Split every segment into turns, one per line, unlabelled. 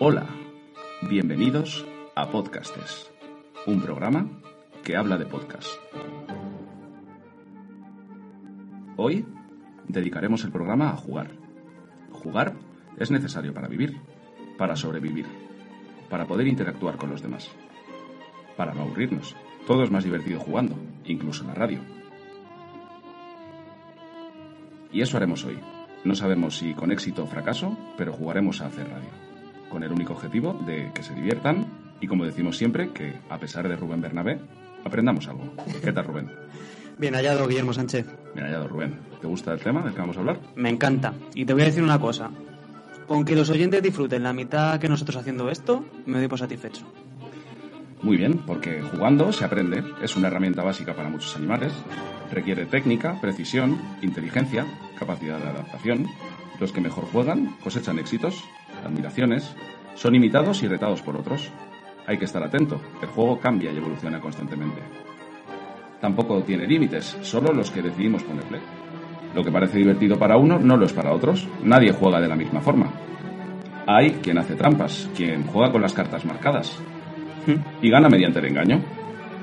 Hola, bienvenidos a Podcastes, un programa que habla de podcast. Hoy dedicaremos el programa a jugar. Jugar es necesario para vivir, para sobrevivir, para poder interactuar con los demás, para no aburrirnos. Todo es más divertido jugando, incluso en la radio. Y eso haremos hoy. No sabemos si con éxito o fracaso, pero jugaremos a hacer radio. Con el único objetivo de que se diviertan y, como decimos siempre, que, a pesar de Rubén Bernabé, aprendamos algo. ¿Qué tal, Rubén?
Bien hallado, Guillermo Sánchez.
Bien hallado, Rubén. ¿Te gusta el tema del que vamos a hablar?
Me encanta. Y te voy a decir una cosa. Con que los oyentes disfruten la mitad que nosotros haciendo esto, me doy por satisfecho.
Muy bien, porque jugando se aprende, es una herramienta básica para muchos animales, requiere técnica, precisión, inteligencia, capacidad de adaptación. Los que mejor juegan cosechan éxitos, admiraciones, son imitados y retados por otros. Hay que estar atento, el juego cambia y evoluciona constantemente. Tampoco tiene límites, solo los que decidimos ponerle. Lo que parece divertido para uno no lo es para otros, nadie juega de la misma forma. Hay quien hace trampas, quien juega con las cartas marcadas, y gana mediante el engaño.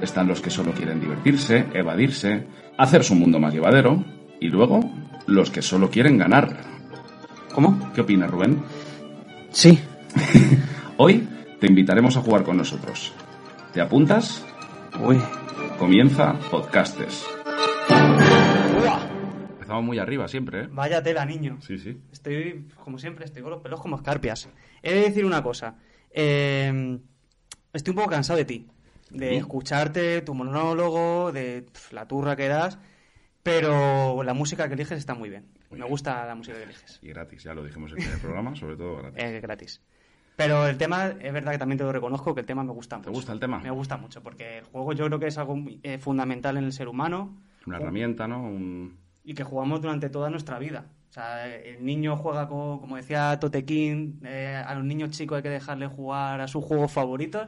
Están los que solo quieren divertirse, evadirse, hacer su mundo más llevadero, y luego los que solo quieren ganar.
¿Cómo?
¿Qué opinas, Rubén?
Sí.
Hoy te invitaremos a jugar con nosotros. ¿Te apuntas?
Uy.
Comienza Podcastes. Empezamos muy arriba siempre, ¿eh?
Vaya tela, niño.
Sí, sí.
Estoy, como siempre, estoy con los pelos como escarpias. He de decir una cosa. Eh, estoy un poco cansado de ti. De
¿Sí?
escucharte, tu monólogo, de pf, la turra que das. Pero la música que eliges está muy bien.
Muy
me
bien.
gusta la música que eliges.
Y gratis, ya lo dijimos en el programa, sobre todo gratis.
Es gratis. Pero el tema, es verdad que también te lo reconozco, que el tema me gusta mucho.
gusta el tema?
Me gusta mucho, porque el juego yo creo que es algo muy, eh, fundamental en el ser humano
Una herramienta, ¿no? Un-
y que jugamos durante toda nuestra vida. O sea, el niño juega, con, como decía Totequín, eh, a los niños chicos hay que dejarle jugar a sus juegos favoritos.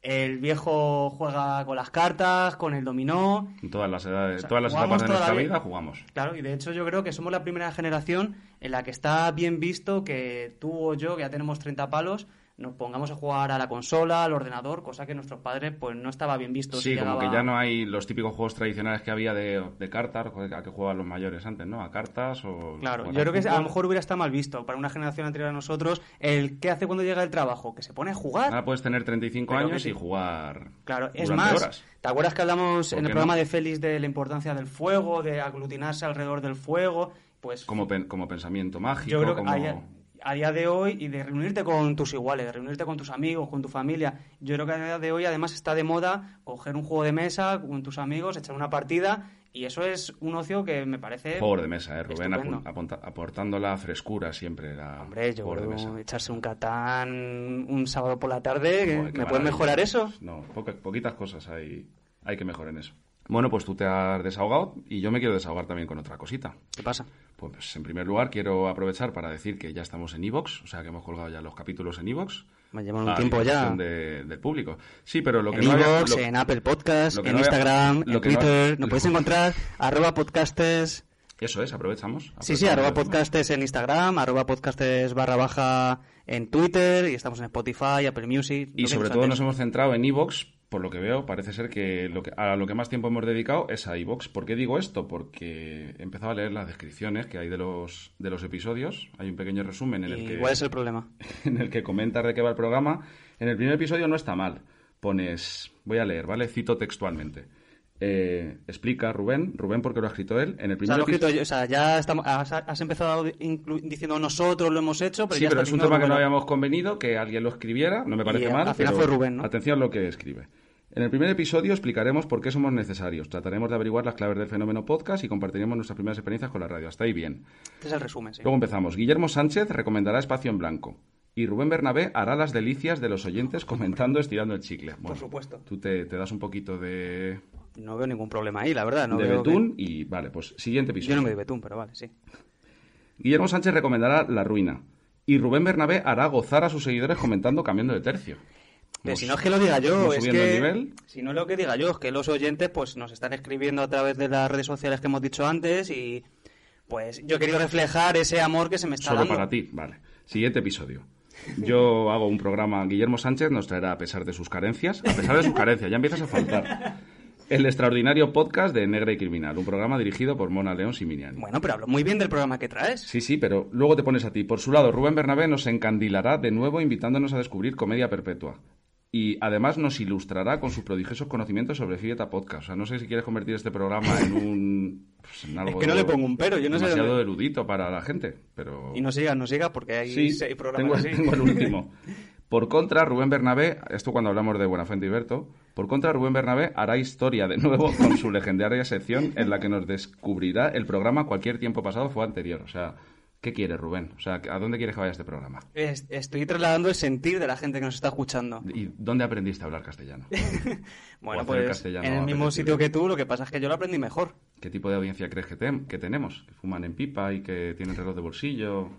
El viejo juega con las cartas, con el dominó,
En todas las edades,
O sea,
todas las
jugamos
etapas de
toda la
nuestra
vida.
vida jugamos.
Claro, y de hecho yo creo que somos la primera generación en la que está bien visto que tú o yo, que ya tenemos 30 palos, nos pongamos a jugar a la consola, al ordenador, cosa que nuestros padres pues no estaba bien visto. si
Sí, como que
llegaba-
ya no hay los típicos juegos tradicionales que había de, de cartas, a que jugaban los mayores antes, ¿no? A cartas o...
Claro,
o
yo creo que
fútbol.
a lo mejor hubiera estado mal visto para una generación anterior a nosotros el qué hace cuando llega el trabajo, que se pone a jugar.
Ahora puedes tener 35
Pero que
años
sí.
y jugar
Claro, es
Ah, durante
más,
horas.
¿te acuerdas que hablamos
¿Por
en el
qué
programa
no?
de Félix de la importancia del fuego, de aglutinarse alrededor del fuego? Pues
Como, pen- como pensamiento mágico,
Yo creo que
como...
a, día, a día de hoy, y de reunirte con tus iguales, de reunirte con tus amigos, con tu familia, yo creo que a día de hoy además está de moda coger un juego de mesa con tus amigos, echar una partida, y eso es un ocio que me parece...
Juegos de mesa, ¿eh, Rubén?
Estupendo.
Apun- apunta- aportando la frescura siempre. La...
Hombre, yo
juegos de mesa.
creo echarse un catán un sábado por la tarde,
Joder, qué
¿eh? ¿me puedes
maravilla.
mejorar eso?
No, poca- poquitas cosas hay, hay que mejorar en eso. Bueno, pues tú te has desahogado y yo me quiero desahogar también con otra cosita.
¿Qué pasa?
Pues en primer lugar quiero aprovechar para decir que ya estamos en Evox, o sea que hemos colgado ya los capítulos en Evox.
Me llevan un tiempo ya.
Ah, De, del público. Sí, pero lo que
en
no había-
iVoox,
lo-
en Apple Podcast,
lo que
en
no había-
Instagram,
lo
en
que no-
Twitter,
lo-
nos puedes encontrar, arroba podcasters...
Eso es, aprovechamos.
Sí, sí,
aprovechamos
arroba
el-
podcastes en Instagram, arroba podcastes barra baja en Twitter y estamos en Spotify, Apple Music. lo que
Y sobre
nos
todo nos
antes.
hemos centrado en Evox, por lo que veo, parece ser que, lo que a lo que más tiempo hemos dedicado es a Evox. ¿Por qué digo esto? Porque he empezado a leer las descripciones que hay de los, de los episodios. Hay un pequeño resumen en el
¿Y
que...
¿Cuál es el problema?
en el que comenta de qué va el programa, en el primer episodio no está mal. Pones, voy a leer, ¿vale? Cito textualmente. Eh, explica Rubén, Rubén porque lo ha escrito él. En el
O
primer
sea, lo he
episodio-
escrito yo, o sea, ya estamos, has, has empezado inclu- diciendo nosotros lo hemos hecho, pero
sí,
ya
pero
está
es un
diciendo
tema que no
Rubén.
habíamos convenido, que alguien lo escribiera, no me parece
Y,
mal.
al final
pero
fue Rubén, ¿no?
Atención lo que escribe. En el primer episodio explicaremos por qué somos necesarios. Trataremos de averiguar las claves del fenómeno podcast y compartiremos nuestras primeras experiencias con la radio. Hasta ahí bien.
Este es el resumen, sí.
Luego empezamos. Guillermo Sánchez recomendará Espacio en Blanco. Y Rubén Bernabé hará las delicias de los oyentes comentando estirando el chicle. Bueno,
supuesto.
Tú te, te das un poquito de,
No veo ningún problema ahí, la verdad. No
de
veo que-
betún y vale, pues siguiente
Yo
episodio.
no me doy Betún, pero vale, sí.
Guillermo Sánchez recomendará La Ruina. Y Rubén Bernabé hará gozar a sus seguidores comentando cambiando de tercio.
Pero
Vamos.
Pues si no es que lo diga yo,
vamos
es
subiendo
que...
el nivel.
Si no es lo que diga yo, es que los oyentes pues nos están escribiendo a través de las redes sociales que hemos dicho antes y pues yo he querido reflejar ese amor que se me está
Solo
dando.
para ti, vale. Siguiente episodio. Yo hago un programa, Guillermo Sánchez nos traerá a pesar de sus carencias, a pesar de sus carencias, ya empiezas a faltar. El extraordinario podcast de Negra y Criminal, un programa dirigido por Mona León Siminiani.
Bueno, pero hablo muy bien del programa que traes.
Sí, sí, pero luego te pones a ti. Por su lado, Rubén Bernabé nos encandilará de nuevo invitándonos a descubrir Comedia Perpetua. Y además nos ilustrará con sus prodigiosos conocimientos sobre Fideta Podcast. O sea, no sé si quieres convertir este programa en un... pues, en
Es que no le pongo un pero, yo no sé
demasiado
dónde-
erudito para la gente, pero...
Y no sigas, no sigas, porque hay
Sí,
seis
tengo,
programas así.
tengo el último. Por contra, Rubén Bernabé, esto cuando hablamos de Buenafuente y Berto, por contra, Rubén Bernabé hará historia de nuevo con su legendaria sección en la que nos descubrirá el programa Cualquier tiempo pasado fue anterior. O sea, ¿qué quieres, Rubén? O sea, ¿a dónde quieres que vaya este programa?
Es- Estoy trasladando el sentir de la gente que nos está escuchando.
¿Y dónde aprendiste a hablar castellano? hacer
Bueno,
el
pues en
castellano
el mismo
apetecible.
sitio que tú, lo que pasa es que yo lo aprendí mejor.
¿Qué tipo de audiencia crees que, tem- que tenemos? ¿Que fuman en pipa y que tienen reloj de bolsillo?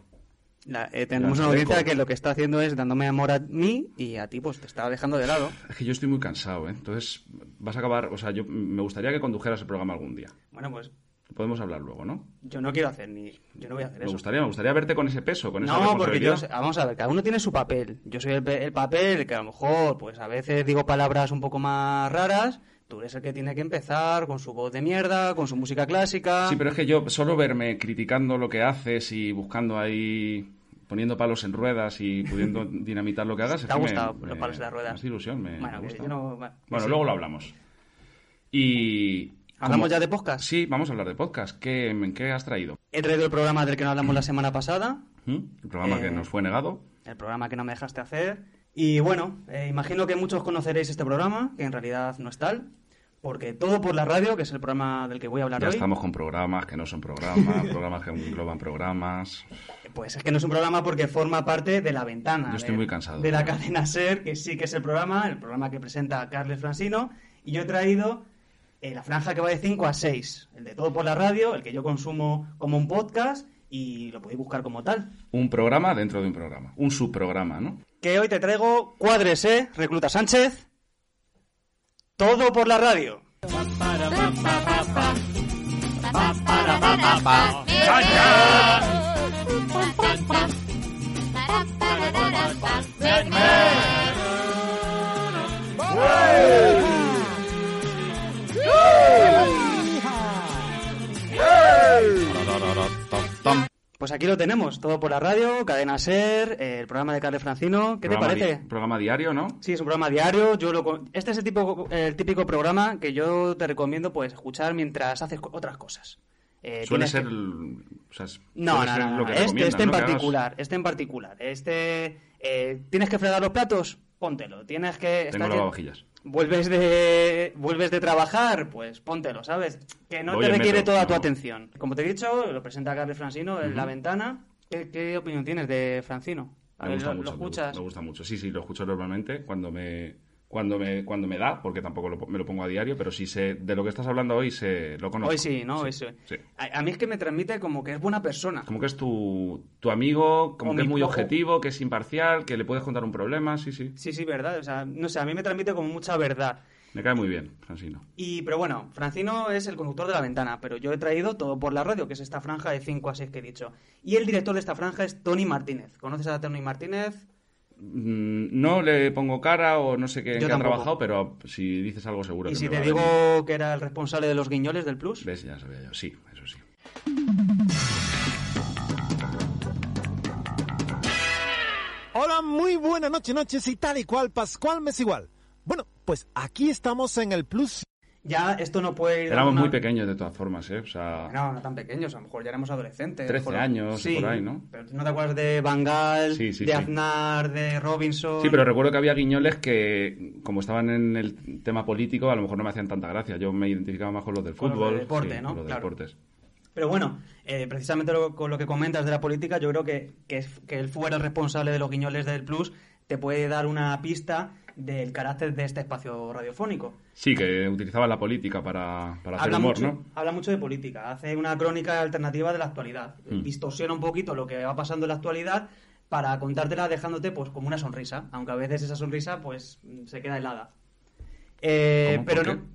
La- eh, tenemos una
Gran
audiencia
eco.
que lo que está haciendo es dándome amor a mí y a ti pues te está dejando de lado.
Es que yo estoy muy cansado, ¿eh? Entonces, vas a acabar... O sea, yo me gustaría que condujeras el programa algún día.
Bueno, pues
Podemos hablar luego, ¿no?
yo no quiero hacer ni... Yo no voy a hacer
Me
eso.
gustaría, me gustaría verte con ese peso, con esa
No, porque yo,
responsabilidad.
vamos a ver, cada uno tiene su papel. Yo soy el, pe- el papel que a lo mejor, pues a veces digo palabras un poco más raras. Tú eres el que tiene que empezar con su voz de mierda, con su música clásica.
Sí, pero es que yo solo verme criticando lo que haces y buscando ahí, poniendo palos en ruedas y pudiendo dinamitar lo que hagas.
¿Te
es
ha
que me-
gustado
me-
los palos de la rueda?
Me hace ilusión, me,
Bueno,
me
que
gusta.
yo no- bueno,
bueno,
que sí.
luego lo hablamos. Y...
¿Hablamos
como-
ya de podcast?
Sí, vamos a hablar de podcast. ¿Qué, en qué has traído?
He traído el programa del que no hablamos la semana pasada,
¿Mm? El programa
Eh,
que nos fue negado.
el programa que no me dejaste hacer. Y bueno, eh, imagino que muchos conoceréis este programa, que en realidad no es tal, porque Todo por la Radio, que es el programa del que voy a hablar
Ya
hoy,
estamos con programas que no son programas, programas que engloban programas.
pues es que no es un programa porque forma parte de La Ventana.
Yo estoy
de-
muy cansado.
De la cadena SER, que sí que es el programa, el programa que presenta Carles Francino, y yo he traído eh, la franja que va de 5 a 6, el de Todo por la Radio, el que yo consumo como un podcast y lo podéis buscar como tal.
Un programa dentro de un programa. Un subprograma, ¿no?
que hoy te traigo Cuadres, ¿eh? Recluta Sánchez. Todo por la radio. Pues aquí lo tenemos, todo por la radio, Cadena Ser, eh, el programa de Carles Francino. ¿Qué
Programa
te
di-
parece?
programa diario, ¿no?
Sí, es un programa diario. Yo lo con- este es el, tipo, el típico programa que yo te recomiendo pues escuchar mientras haces co- otras cosas. Eh,
Suele
tienes
ser,
que-
el- o sea, es-
No,
suele
no,
ser
no, no,
lo
no.
que
Este,
recomiendan,
este en
¿no? Que hagas-
particular, este en particular. Este, eh, ¿tienes que fregar los platos? Póntelo. Tienes que...
Tengo
estás-
lavavajillas.
¿Vuelves de, ¿Vuelves de trabajar? Pues póntelo, ¿sabes? Que no
Voy
te
en
requiere
metro,
toda
no.
tu atención. Como te he dicho, lo presenta Carles Francino en La Ventana. ¿Qué, qué opinión tienes de Francino? A
Me
ver,
gusta
¿lo,
mucho,
lo
me gusta-
escuchas?
Me gusta, mucho. Sí, sí, lo escucho normalmente cuando me cuando me cuando me da, porque tampoco lo po- me lo pongo a diario, pero sí sé de lo que estás hablando hoy sé lo conozco.
Hoy sí, ¿no? Hoy sí.
sí.
A, a mí es que me transmite como que es buena persona.
Como que es tu, tu amigo, como
O
que es
mi-
muy
o-
objetivo, que es imparcial, que le puedes contar un problema, sí, sí.
Sí, sí, verdad. O sea, no sé, a mí me transmite como mucha verdad.
Me cae muy bien, Francino.
Y, pero bueno, Francino es el conductor de la ventana, pero yo he traído todo por la radio, que es esta franja de 5 a 6 que he dicho. Y el director de esta franja es Tony Martínez. ¿Conoces a Tony Martínez?
Mm, No le pongo cara o no sé qué, en
Yo
qué ha
tampoco.
trabajado, pero si dices algo seguro
Y
que
si
me
te
va a
digo
venir.
que era el responsable de los guiñoles del Plus.
¿Ves? Ya sabía yo. Sí, eso sí.
Hola, muy buenas noches, noches y tal y cual, Pascual me es igual. Bueno, pues aquí estamos en el Plus
Ya esto no puede ir. de
Éramos
alguna-
muy pequeños de todas formas, ¿eh? O sea,
No, no tan pequeños, a lo mejor ya éramos adolescentes.
13
por-
años,
sí,
por ahí, ¿no?
Pero tú no te acuerdas de Bangal,
Sí, sí,
de
sí.
Aznar, de Robinson.
Sí, pero recuerdo que había guiñoles que, como estaban en el tema político, a lo mejor no me hacían tanta gracia. Yo me identificaba más con los del
Con los
fútbol.
del deporte,
sí,
¿no?
con los de
Claro.
deportes.
Pero bueno, eh, precisamente lo- con lo que comentas de la política, yo creo que, que, es- que él fuera el responsable de los guiñoles del Plus te puede dar una pista del carácter de este espacio radiofónico.
Sí, que utilizaban la política para, para hacer
habla,
humor,
mucho,
¿no?
habla mucho de política, hace una crónica alternativa de la actualidad,
Mm.
distorsiona un poquito lo que va pasando en la actualidad para contártela dejándote pues como una sonrisa, aunque a veces esa sonrisa pues mm, se queda helada. Eh,
¿Cómo?
pero
¿Por
no,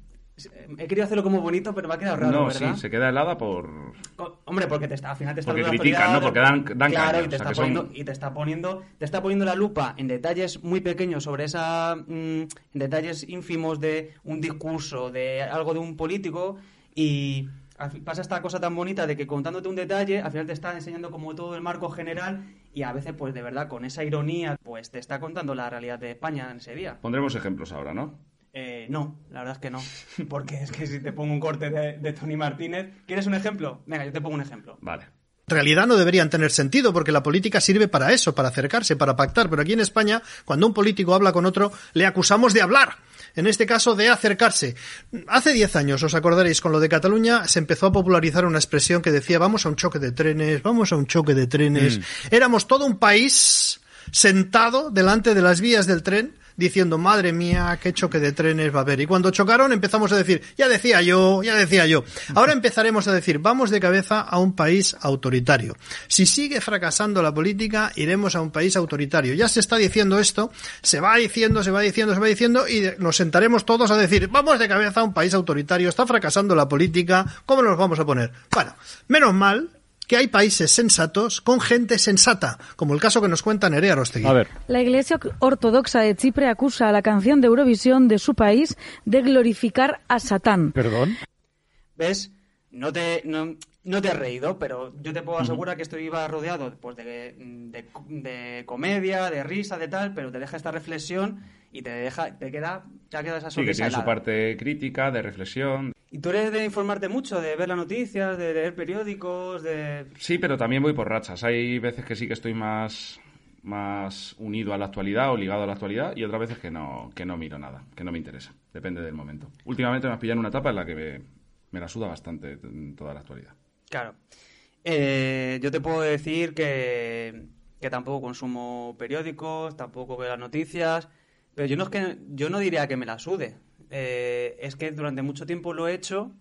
He querido hacerlo como bonito, pero me ha quedado raro,
no,
¿verdad?
sí, se queda helada por...
Co- Hombre, porque te está, al final te está
Porque
dando la
critican, ¿no?
autoridad,
Porque dan- dan
claro,
caña,
y te,
o sea,
está
que son-
poniendo, y te está poniendo, te está poniendo la lupa en detalles muy pequeños sobre esa, mm, en detalles ínfimos de un discurso, de algo de un político y al fin- pasa esta cosa tan bonita de que contándote un detalle, al final te está enseñando como todo el marco general y a veces, pues de verdad, con esa ironía, pues te está contando la realidad de España en ese día.
Pondremos ejemplos ahora, ¿no?
Eh, no, la verdad es que no. Porque es que si te pongo un corte de, de Tony Martínez. ¿Quieres un ejemplo? Venga, yo te pongo un ejemplo.
Vale.
En realidad no deberían tener sentido porque la política sirve para eso, para acercarse, para pactar, pero aquí en España, cuando un político habla con otro, le acusamos de hablar. En este caso, de acercarse. Hace 10 años, os acordaréis, con lo de Cataluña se empezó a popularizar una expresión que decía vamos a un choque de trenes, vamos a un choque de trenes. Éramos todo un país sentado delante de las vías del tren diciendo, madre mía, qué choque de trenes va a haber. Y cuando chocaron empezamos a decir, ya decía yo, ya decía yo. Ahora empezaremos a decir, vamos de cabeza a un país autoritario. Si sigue fracasando la política, iremos a un país autoritario. Ya se está diciendo esto, se va diciendo, se va diciendo, se va diciendo y de- nos sentaremos todos a decir, vamos de cabeza a un país autoritario, está fracasando la política, ¿cómo nos vamos a poner? Bueno, menos mal que hay países sensatos con gente sensata, como el caso que nos cuenta Nerea Rostegui.
A ver,
La Iglesia Ortodoxa de Chipre acusa a la canción de Eurovisión de su país de glorificar a Satán.
perdón.
¿Ves? No te, no, no te he reído, pero yo te puedo asegurar que esto iba rodeado pues, de, de- de comedia, de risa, de tal, pero te deja esta reflexión y te deja, te queda, te ha quedado esa
Sí, que
sorpresa
tiene su
helada.
parte crítica, de reflexión.
Y tú eres de informarte mucho, de ver las noticias, de leer periódicos, de
Sí, pero también voy por rachas. Hay veces que sí que estoy más, más unido a la actualidad o ligado a la actualidad y otras veces que no, que no miro nada, que no me interesa. Depende del momento. Últimamente me has pillado en una etapa en la que me, me la suda bastante t- toda la actualidad.
Claro. Eh, yo te puedo decir que, que tampoco consumo periódicos, tampoco veo las noticias, pero yo no, es que, yo no diría que me la sude. Eh, es que durante mucho tiempo lo he hecho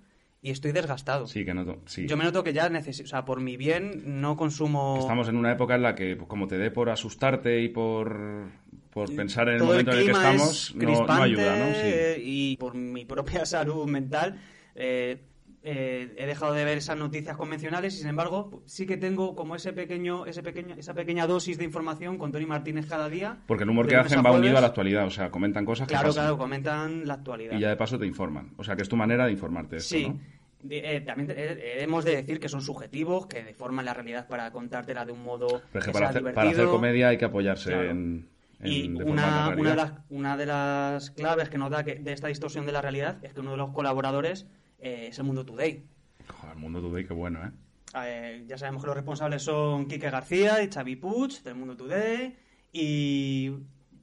y estoy desgastado.
Sí, que noto. Sí.
Yo me noto que ya necesito, o sea, por mi bien no consumo...
Estamos en una época en la que, pues, como te dé por asustarte y por, por pensar en el
Mm, Todo
momento en el que
clima es
estamos, no, no ayuda, ¿no? Sí.
crispante, eh, Y por mi propia salud mental eh, eh, he dejado de ver esas noticias convencionales y sin embargo sí que tengo como ese pequeño, ese pequeño, esa pequeña dosis de información con Tony Martínez cada día.
Porque el humor
de
que
lunes
hacen va
jueves.
unido a la actualidad, o sea, comentan cosas que
Claro,
pasan.
claro, comentan la actualidad.
Y ya de paso te informan. O sea, que es tu manera de informarte de esto,
Sí.
¿no?
De- eh, también eh, hemos de decir que son subjetivos, que deforman la realidad para contártela de un modo
Pero es que
que
para
sea
hacer, para hacer
divertido.
comedia hay que apoyarse
Claro.
en, en
Y
deformar la
una, una, de
realidad.
las, una de las claves que nos da que- de esta distorsión de la realidad es que uno de los colaboradores eh, es el Mundo Today.
Joder, el mundo today, qué bueno, ¿eh?
Eh, ya sabemos que los responsables son Quique García y Xavi Puig del Mundo Today. Y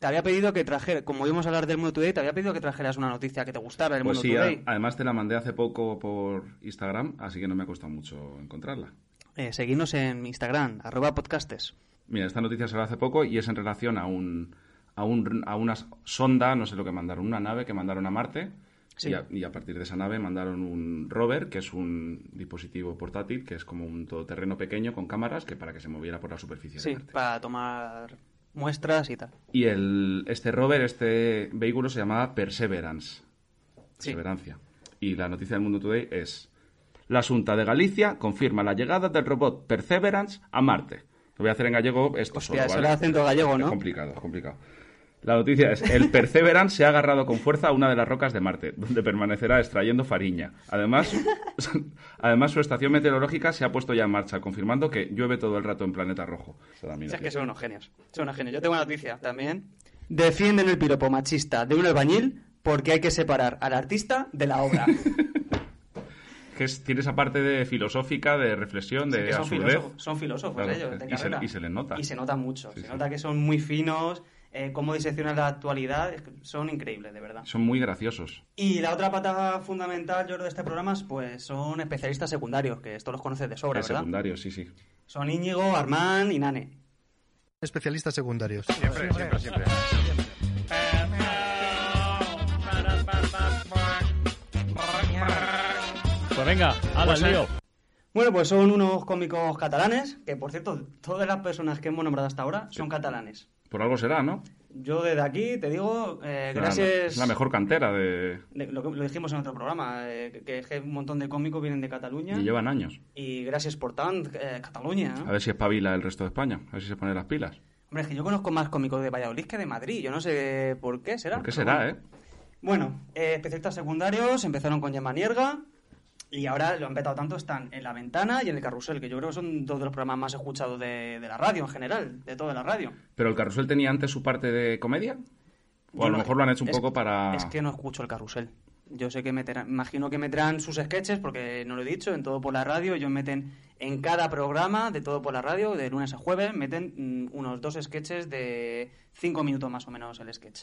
te había pedido que trajeras, como íbamos a hablar del Mundo Today, te había pedido que trajeras una noticia que te gustara del
Pues
Mundo
sí, a-
Today.
además te la mandé hace poco por Instagram, así que no me ha costado mucho encontrarla.
Eh, seguidnos en Instagram, arroba podcastes.
Mira, esta noticia salió hace poco y es en relación a un a, un, a una sonda, no sé lo que mandaron, una nave que mandaron a Marte.
Sí.
Y, a, y a partir de esa nave mandaron un rover, que es un dispositivo portátil, que es como un todoterreno pequeño con cámaras que para que se moviera por la superficie de
Sí,
Marte.
para tomar muestras y tal.
Y el, este rover, este vehículo se llamaba Perseverance.
Sí.
Perseverancia. Y la noticia del Mundo Today es: La Junta de Galicia confirma la llegada del robot Perseverance a Marte. Lo voy a hacer en gallego esto Pues solo.
Hostia, eso
¿vale?
era acento gallego,
Es
¿no?
complicado, es complicado. La noticia es, el Perseverance se ha agarrado con fuerza a una de las rocas de Marte, donde permanecerá extrayendo fariña. Además, además su estación meteorológica se ha puesto ya en marcha, confirmando que llueve todo el rato en planeta rojo. Esa era mi
O sea, es
noticia.
que son unos genios. Son unos genios. Yo tengo una noticia también. Defienden el piropo machista de un albañil porque hay que separar al artista de la obra.
Que es- tiene esa parte de filosófica, de reflexión, de
Que son,
absurdez.
filósofos, son filósofos
Claro,
ellos. de
y se-
carrera.
y se les nota.
Y se nota mucho.
Sí,
se
sí.
nota que son muy finos, eh, cómo diseccionan la actualidad. es que son increíbles, de verdad.
Son muy graciosos.
Y la otra pata fundamental, yo creo, de este programa es, pues, son especialistas secundarios, que esto los conoces de sobra,
El
¿verdad?
secundario, sí, sí.
Son Íñigo, Armán y Nane.
Especialistas secundarios.
Pues venga, al
Pues,
lío.
Bueno, pues son unos cómicos catalanes, que por cierto, todas las personas que hemos nombrado hasta ahora son catalanes.
Por algo será, ¿no?
Yo desde aquí te digo, eh,
La-
gracias.
La mejor cantera de...
de- lo, que- lo dijimos en otro programa, eh, que- que, es que un montón de cómicos vienen de Cataluña.
Y llevan años.
Y gracias por tanto, Cataluña. ¿no?
A ver si espabila el resto de España. A ver si se pone las pilas.
Hombre, es que yo conozco más cómicos de Valladolid que de Madrid. Yo no sé por qué será.
¿Por qué
pero
será,
bueno.
eh?
Bueno, eh, especialistas secundarios empezaron con Gemma Nierga y ahora lo han petado tanto, están en La Ventana y en El Carrusel, que yo creo que son dos de los programas más escuchados de, de la radio en general, de toda la radio.
¿Pero el carrusel tenía antes su parte de comedia? O
Yo
a lo mejor lo han hecho un
es-
poco para...
Es que no escucho El Carrusel. Yo sé que meterán, imagino que meterán sus sketches, porque no lo he dicho, en Todo por la Radio, ellos meten en cada programa de Todo por la Radio, de lunes a jueves, meten mm, unos dos sketches de cinco minutos más o menos el sketch.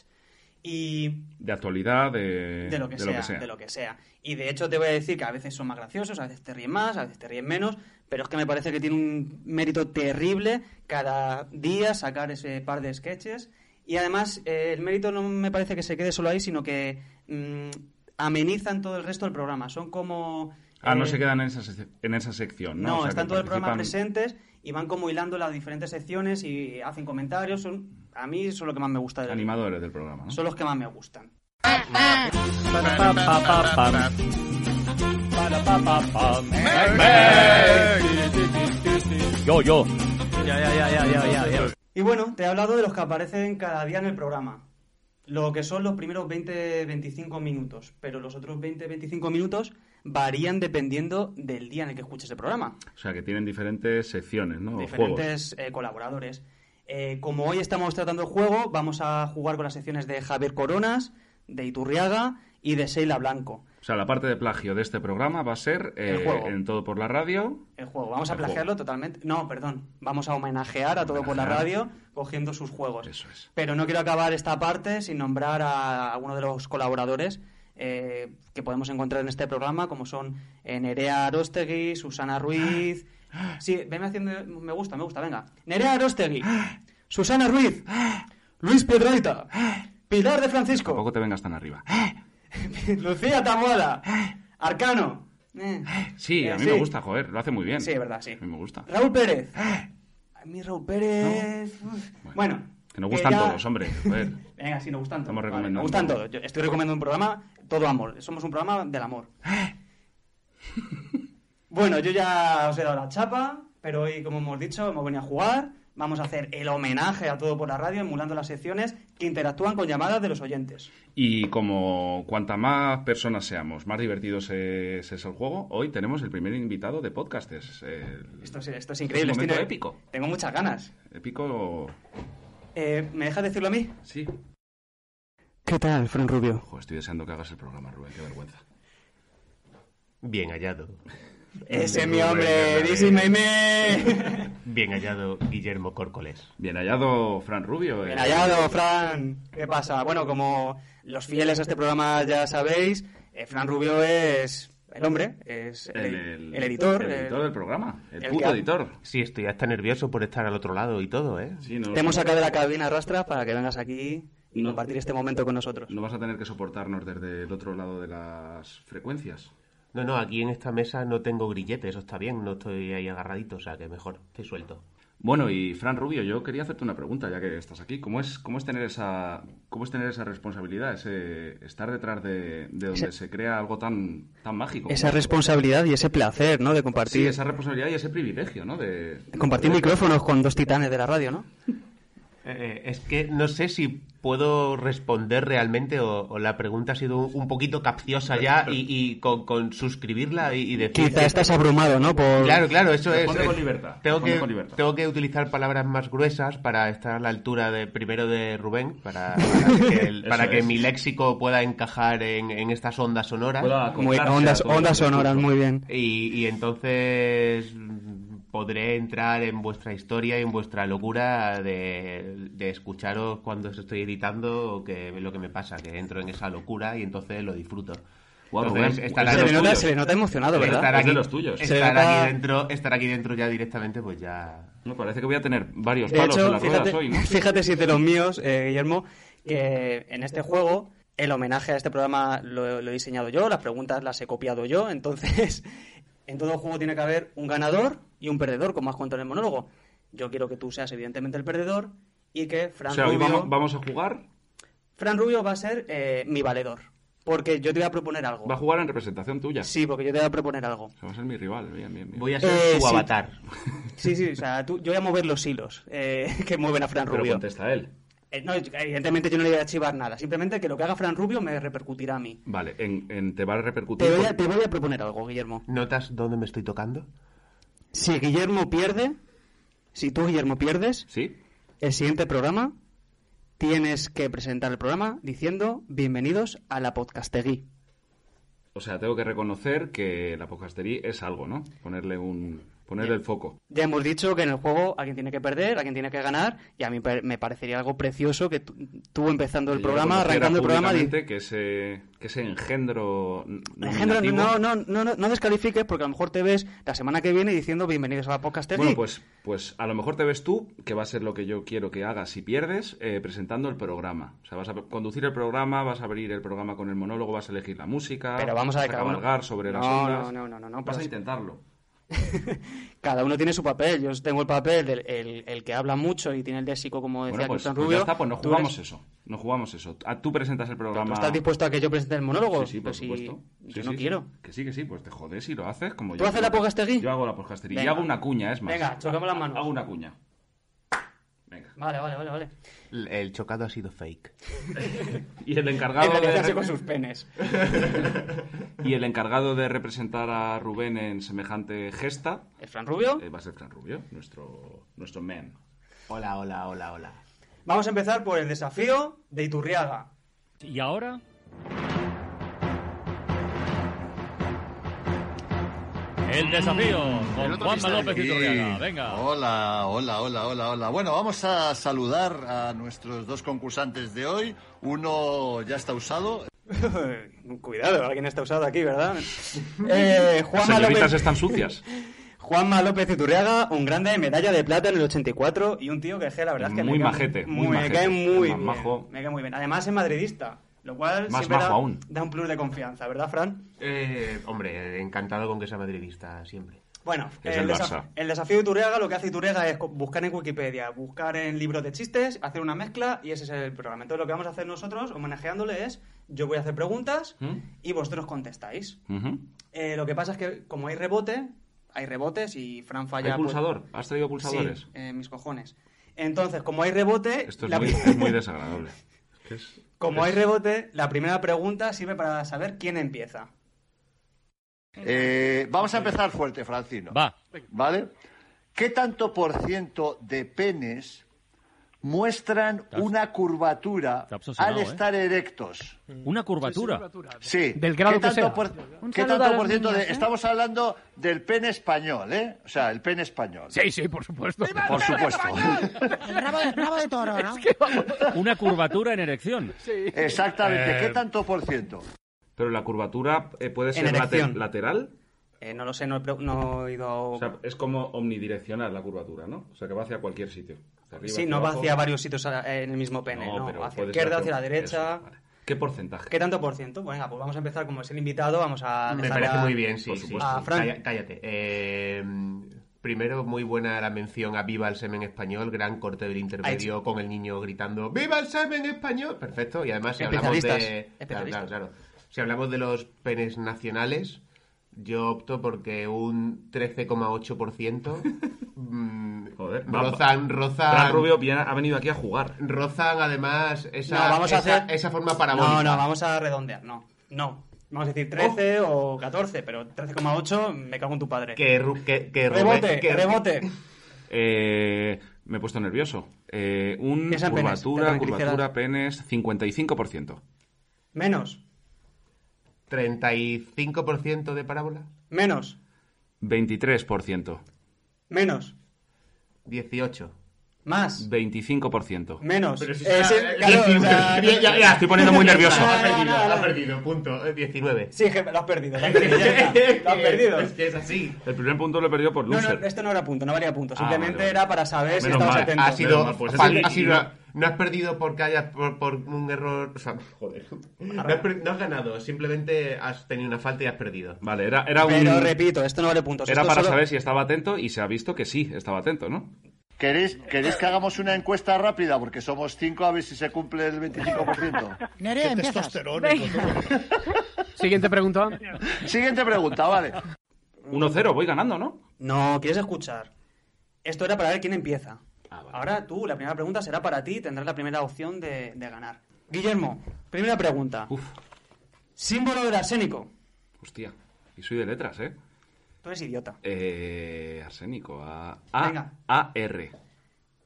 Y
De actualidad, de...
de lo que, sea, de lo que sea. Y de hecho te voy a decir que a veces son más graciosos, a veces te ríen más, a veces te ríen menos, pero es que me parece que tiene un mérito terrible cada día sacar ese par de sketches. Y además eh, el mérito no me parece que se quede solo ahí, sino que mm, amenizan todo el resto del programa. Son como...
Ah, no
eh,
se quedan en esa, sec- en esa sección, ¿no?
no,
O sea,
están
que
todo el programa
participan-
presentes y van como hilando las diferentes secciones y hacen comentarios. Son, a mí eso es lo que más me gusta del
Animadores del programa, ¿no?
Son los que más me gustan.
Pa, pa, pa, pam. Para, pa, pa, pam. Yo, yo.
Ya, ya, ya, ya, ya, ya, ya. Y bueno, te he hablado de los que aparecen cada día en el programa. Lo que son los primeros 20-25 minutos. Pero los otros 20-25 minutos varían dependiendo del día en el que escuches el programa.
O sea, que tienen diferentes secciones, ¿no? O Juegos.
Diferentes eh, colaboradores. Eh, como hoy estamos tratando el juego, vamos a jugar con las secciones de Javier Coronas, de Iturriaga y de Sheila Blanco.
O sea, la parte de plagio de este programa va a ser
El
eh,
juego.
en todo por la radio.
El juego. Vamos a
El juego.
plagiarlo totalmente. No, perdón. Vamos a homenajear a todo por la
Homenajear.
radio cogiendo sus juegos.
Eso es.
Pero no quiero acabar esta parte sin nombrar a alguno de los colaboradores eh, que podemos encontrar en este programa, como son eh, Nerea Arostegui, Susana Ruiz. Sí, venme haciendo. Me gusta, me gusta, venga. Nerea Arostegui, Susana Ruiz, Luis Piedraita, Pilar de Francisco,
Tampoco te vengas tan arriba.
Lucía Tamuela, Arcano. eh,
Sí,
eh,
a mí me gusta, joder, lo hace muy bien.
Sí, es verdad, sí.
A mí me gusta.
Raúl Pérez.
¡Ah!
A mí Raúl Pérez. uf. Bueno. eh,
Que nos gustan
ya-
todos, hombre. Joder.
Venga, sí, nos gustan todos.
Estamos
Vale,
recomendando.
nos gustan todos. Yo estoy recomendando un programa, todo amor. Somos un programa del amor.
¡Ah!
bueno, yo ya os he dado la chapa, pero hoy, como hemos dicho, hemos venido a jugar. Vamos a hacer el homenaje a todo por la radio, emulando las secciones que interactúan con llamadas de los oyentes.
Y como cuanta más personas seamos, más divertidos es, es el juego, hoy tenemos el primer invitado de podcasters. El
Esto es, esto es increíble.
Es un
estoy-
momento épico.
Tengo muchas ganas.
épico.
Eh, ¿Me dejas decirlo a mí?
Sí.
¿Qué tal, Fran Rubio?
Joder, estoy deseando que hagas el programa, Rubén, qué vergüenza.
Bien hallado.
Ese mi hombre, dísime
Bien hallado, Guillermo Córcoles.
Bien hallado, Fran Rubio. eh.
Bien hallado, Fran. ¿Qué pasa? Bueno, como los fieles a este programa ya sabéis, eh, Fran Rubio es el hombre, es el,
El,
el editor. eh,
El
el-
editor del programa. El,
el
puto
que ha-
editor.
Sí, estoy hasta nervioso por estar al otro lado y todo, ¿eh?
Sí, no,
Te hemos sacado de la cabina rastra para que vengas aquí y
No.
compartir este momento con nosotros.
no vas a tener que soportarnos desde el otro lado de las frecuencias.
No, no, aquí en esta mesa no tengo grillete, eso está bien, no estoy ahí agarradito, o sea que mejor, estoy suelto.
Bueno, y Fran Rubio, yo quería hacerte una pregunta, ya que estás aquí. ¿Cómo es, cómo es tener esa, cómo es tener esa responsabilidad, ese estar detrás de, de donde
Ese-
se crea algo tan, tan mágico?
Esa
como-
responsabilidad y ese placer, ¿no? De
Sí,
compartir,
esa responsabilidad y ese privilegio, ¿no? De,
de compartir micrófonos con dos titanes de la radio, ¿no?
Eh, es que no sé si puedo responder realmente o, o la pregunta ha sido un, un poquito capciosa ya y, y con, con suscribirla y, y decir...
Quizá estás abrumado, ¿no? Por...
Claro, claro, eso es.
Responde con
eh,
libertad,
Tengo
responde
que,
con libertad.
tengo que utilizar palabras más gruesas para estar a la altura de primero de Rubén, para, para que, el-
Eso
para que
es.
mi léxico pueda encajar en, en estas ondas sonoras.
Pueda
Muy-
acoplarse a
ondas,
todo lo que
ondas
se
sonoras,
escucha.
muy bien.
Y, y entonces mm, podré entrar en vuestra historia y en vuestra locura de, de escucharos cuando os estoy editando o que lo que me pasa, que entro en esa locura y entonces lo disfruto.
Guau, pues,
Entonces,
Rubén,
estará
Claro,
Se le,
los
nota,
tuyos.
se le nota emocionado,
estar
¿verdad?
Es
aquí,
de los tuyos.
estar
Se le nota-
aquí dentro, estar aquí dentro ya directamente, pues ya
Me parece que voy a tener varios
De
palos en
hecho,
las ruedas
fíjate,
hoy, ¿no?
fíjate si de los míos, eh, Guillermo, que en este juego el homenaje a este programa lo, lo he diseñado yo, las preguntas las he copiado yo, entonces en todo juego tiene que haber un ganador y un perdedor, como has contado en el monólogo. Yo quiero que tú seas evidentemente el perdedor y que Fran
O sea, hoy
Rubio...
vamos, vamos a jugar.
Fran Rubio va a ser eh, mi valedor. Porque yo te voy a proponer algo.
Va a jugar en representación tuya.
Sí, porque yo te voy a proponer algo.
O sea, va a ser mi rival. Bien, bien, bien.
Voy a ser
Eh,
su
sí.
avatar.
Sí, sí, o sea, tú- yo voy a mover los hilos eh, que mueven a Fran
Pero
Rubio.
contesta él.
Eh, no, evidentemente yo no le voy a chivar nada. Simplemente que lo que haga Fran Rubio me repercutirá a mí.
Vale, en, en- te va a repercutir.
Te voy a,
por-
te voy a proponer algo, Guillermo.
¿Notas dónde me estoy tocando?
Si Guillermo pierde, si tú, Guillermo, pierdes,
¿Sí?
el siguiente programa tienes que presentar el programa diciendo bienvenidos a la podcastegui.
O sea, tengo que reconocer que la podcastería es algo, ¿no? Ponerle un ponerle el foco.
Ya hemos dicho que en el juego alguien tiene que perder, alguien tiene que ganar, y a mí per- me parecería algo precioso que tú, tú empezando el
Que yo
programa,
reconociera
arrancando el programa, di-
públicamente que ese que ese engendro n-
Alejandro,
nominativo-
no, no, no, no, no descalifiques porque a lo mejor te ves la semana que viene diciendo bienvenidos a la podcast
Bueno, pues pues a lo mejor te ves tú, que va a ser lo que yo quiero que hagas si pierdes, eh, presentando el programa. O sea, vas a conducir el programa, vas a abrir el programa con el monólogo, vas a elegir la música,
Pero vamos a
vas
ver, cada uno-
Ah, cabalgar sobre las
No,
ondas.
no, no, no, no, no,
Vas
pero
a
es-
intentarlo.
Cada uno tiene su papel. Yo tengo el papel del el, el que habla mucho y tiene el léxico, como decía
Bueno, pues,
Cristian
pues
Rubio.
ya está, pues no
Tú
jugamos
eres-
eso. No jugamos eso. Ah, Tú presentas el
¿Tú
programa.
estás dispuesto a que yo presente el monólogo?
Sí, sí, por
Pues si-
supuesto. Sí,
yo no
sí, sí.
quiero.
Que sí, que sí, pues te jodes y lo haces como
¿Tú
yo.
haces la podcastería?
Yo hago la podcastería. Y
Venga.
hago una cuña, es más.
Venga, chocamos las manos.
Hago una cuña. Venga.
Vale, vale, vale, vale.
El- El chocado ha sido fake.
Y el encargado
Empezaste así
de...
con sus penes.
y el encargado de representar a Rubén en semejante gesta
¿Es Fran Rubio?
eh, va a ser Fran Rubio, nuestro, nuestro man.
Hola, hola, hola, hola.
Vamos a empezar por el desafío de Iturriaga.
¿Y ahora? El desafío
Mm.
con Juanma López
Sí.
Iturriaga. Venga.
Hola, hola, hola, hola, hola. Bueno, vamos a saludar a nuestros dos concursantes de hoy. Uno ya está usado.
Cuidado, alguien está usado aquí, ¿verdad? Eh,
Las
Juanma,
señoritas
López,
están sucias.
Juanma López Iturriaga, un grande medalla de plata en el 84 y un tío que, je, la verdad, es que
Muy
me cae-
majete, muy
muy me
majete,
cae muy
más
bien,
majo.
me cae muy bien. Además es madridista, lo cual
Más
siempre
majo
da,
aún.
da un plus de confianza, ¿verdad, Fran?
Eh, hombre, encantado con que sea madridista siempre.
Bueno,
Es
el,
del
desaf-
Barça.
el desafío de Iturriaga, lo que hace Iturriaga es co- buscar en Wikipedia, buscar en libros de chistes, hacer una mezcla y ese es el programa. Entonces lo que vamos a hacer nosotros, homenajeándole, es yo voy a hacer preguntas
¿Mm?
y vosotros contestáis.
Ujú.
Eh, lo que pasa es que como hay rebote, hay rebotes y Fran
¿Hay
falla. pues-
pulsador? ¿Has traído pulsadores?
Sí, eh, mis cojones. Entonces, como hay rebote,
Esto es
la
muy,
pri-
es muy desagradable.
como hay rebote, la primera pregunta sirve para saber quién empieza.
Eh, vamos a empezar fuerte, Francino.
Va.
¿Vale? ¿Qué tanto por ciento de penes muestran una curvatura
Está obsesionado, ¿eh?
al estar erectos?
Una curvatura.
Sí.
Del grado
¿Qué
que
tanto
sea.
por,
Un
qué
saludo
tanto
a los
por ciento de-
niños, ¿eh?
Estamos hablando del pene español, ¿eh? O sea, el pene español.
Sí, sí, por supuesto.
Por supuesto.
Una curvatura en erección.
Exactamente.
Eh,
¿Qué tanto por ciento?
Pero la curvatura eh, puede ser late-
erección.
lateral.
Eh, no lo sé, no he, pre- no he ido...
O sea, es como omnidireccional la curvatura, ¿no? O sea, que va hacia cualquier sitio. Hacia arriba,
sí,
hacia
no va
abajo.
hacia varios sitios a- en el mismo pene, no,
pero
hacia
puede
la izquierda,
ser
hacia la
eso,
derecha...
vale. ¿Qué porcentaje?
¿Qué tanto por ciento? Venga, pues vamos a empezar como es el invitado, vamos a...
Me
dejar
parece
a-
muy bien, sí.
por
sí.
supuesto.
Ah, Fran.
Calla- cállate. Eh, primero, muy buena la mención a Viva el Semen Español, gran corte del intermedio con el niño gritando ¡Viva el Semen Español! Perfecto. Y además, si hablamos de.
Especialistas,
Claro,
especialistas.
claro, claro. Si hablamos de los penes nacionales, yo opto porque un 13,8%. mm,
Joder, va-
rozan, rozan.
Fran Rubio viene- ha venido aquí a jugar.
Rozan, además, esa,
No, vamos a
esa-
hacer-
esa forma parabólica.
No, no, vamos a redondear, no. No. Vamos a decir 13 o 14, pero 13,8 me cago en tu padre.
Oh. Que, Ru- que, que Rubén-
Rebote,
que-
rebote.
Eh, me he puesto nervioso. Eh, un
Piensa en penes,
curvatura,
te tranquiliza.
curvatura, penes, 55%.
Menos,
35% de parábola,
menos,
23%.
menos,
18.
más,
25%.
menos.
si
Eh,
está-
sí, claro, o sea,
Ya, ya, ya,
Estoy poniendo muy nervioso.
No, no,
Ha
no,
perdido,
no, no.
ha perdido, punto. eh, 19.
Sí, jefe, lo has perdido, lo has perdido. ya está, Lo has perdido.
Es que es así.
El primer punto lo he perdido por
No, no,
loser.
esto no era punto, no valía punto.
Ah,
Simplemente
vale, vale.
era para saber si
Menos
estabas
mal,
atento.
Ha
Menos
sido.
mal, pues,
fan-
eso-
ha sido- no has perdido porque hayas por, por un error. O sea, joder. No has, per- no has ganado, simplemente has tenido una falta y has perdido.
Vale, era, era un...
Pero repito, esto no vale puntos.
Era
esto
para
solo-
saber si estaba atento y se ha visto que sí, estaba atento, ¿no?
¿Queréis, ¿Queréis que hagamos una encuesta rápida? Porque somos cinco, a ver si se cumple el 25%.
Nerea,
Qué
empiezas.
testosterónico. tú.
Siguiente pregunta.
Siguiente pregunta, vale.
1-0, voy ganando, ¿no?
No, quieres escuchar. Esto era para ver quién empieza.
Ah, vale.
Ahora tú, la primera pregunta será para ti y tendrás la primera opción de, de ganar. Guillermo, primera pregunta.
Uf,
Símbolo del arsénico.
hostia. Y soy de letras, ¿eh?
Tú eres idiota.
Eh, arsénico, A, A,
Venga.
A R.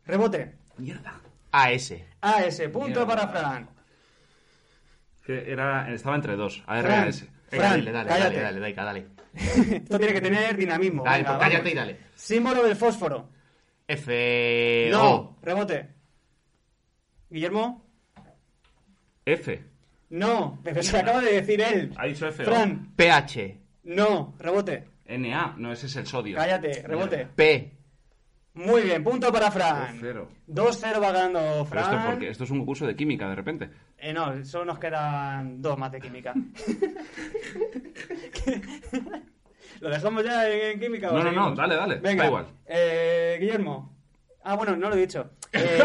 Rebote.
Mierda.
AS.
AS, punto
Mierda.
para Fran.
Que era, estaba entre dos, A R
Fran.
A S.
Venga,
Fran,
dale, dale,
cállate.
dale, dale, venga, dale.
Esto tiene que tener dinamismo.
Dale,
Venga,
pues
vamos.
cállate y dale.
Símbolo del fósforo.
F.
No,
O.
rebote. Guillermo,
F.
no, pero se lo acaba de decir él.
Ha dicho F.
Fran,
PH.
no, rebote.
N A, no, ese es el sodio.
Cállate, rebote.
P.
Muy bien, punto para Fran.
2-0.
2-0 va ganando
Pero esto,
Fran.
porque esto es un concurso de química, de repente.
Eh, no, solo nos quedan dos más de química. ¿Lo dejamos ya en, en química? o
No, no,
seguimos?
no, dale, dale,
Venga,
da igual.
eh, Guillermo. Ah, bueno, no lo he dicho. Eh,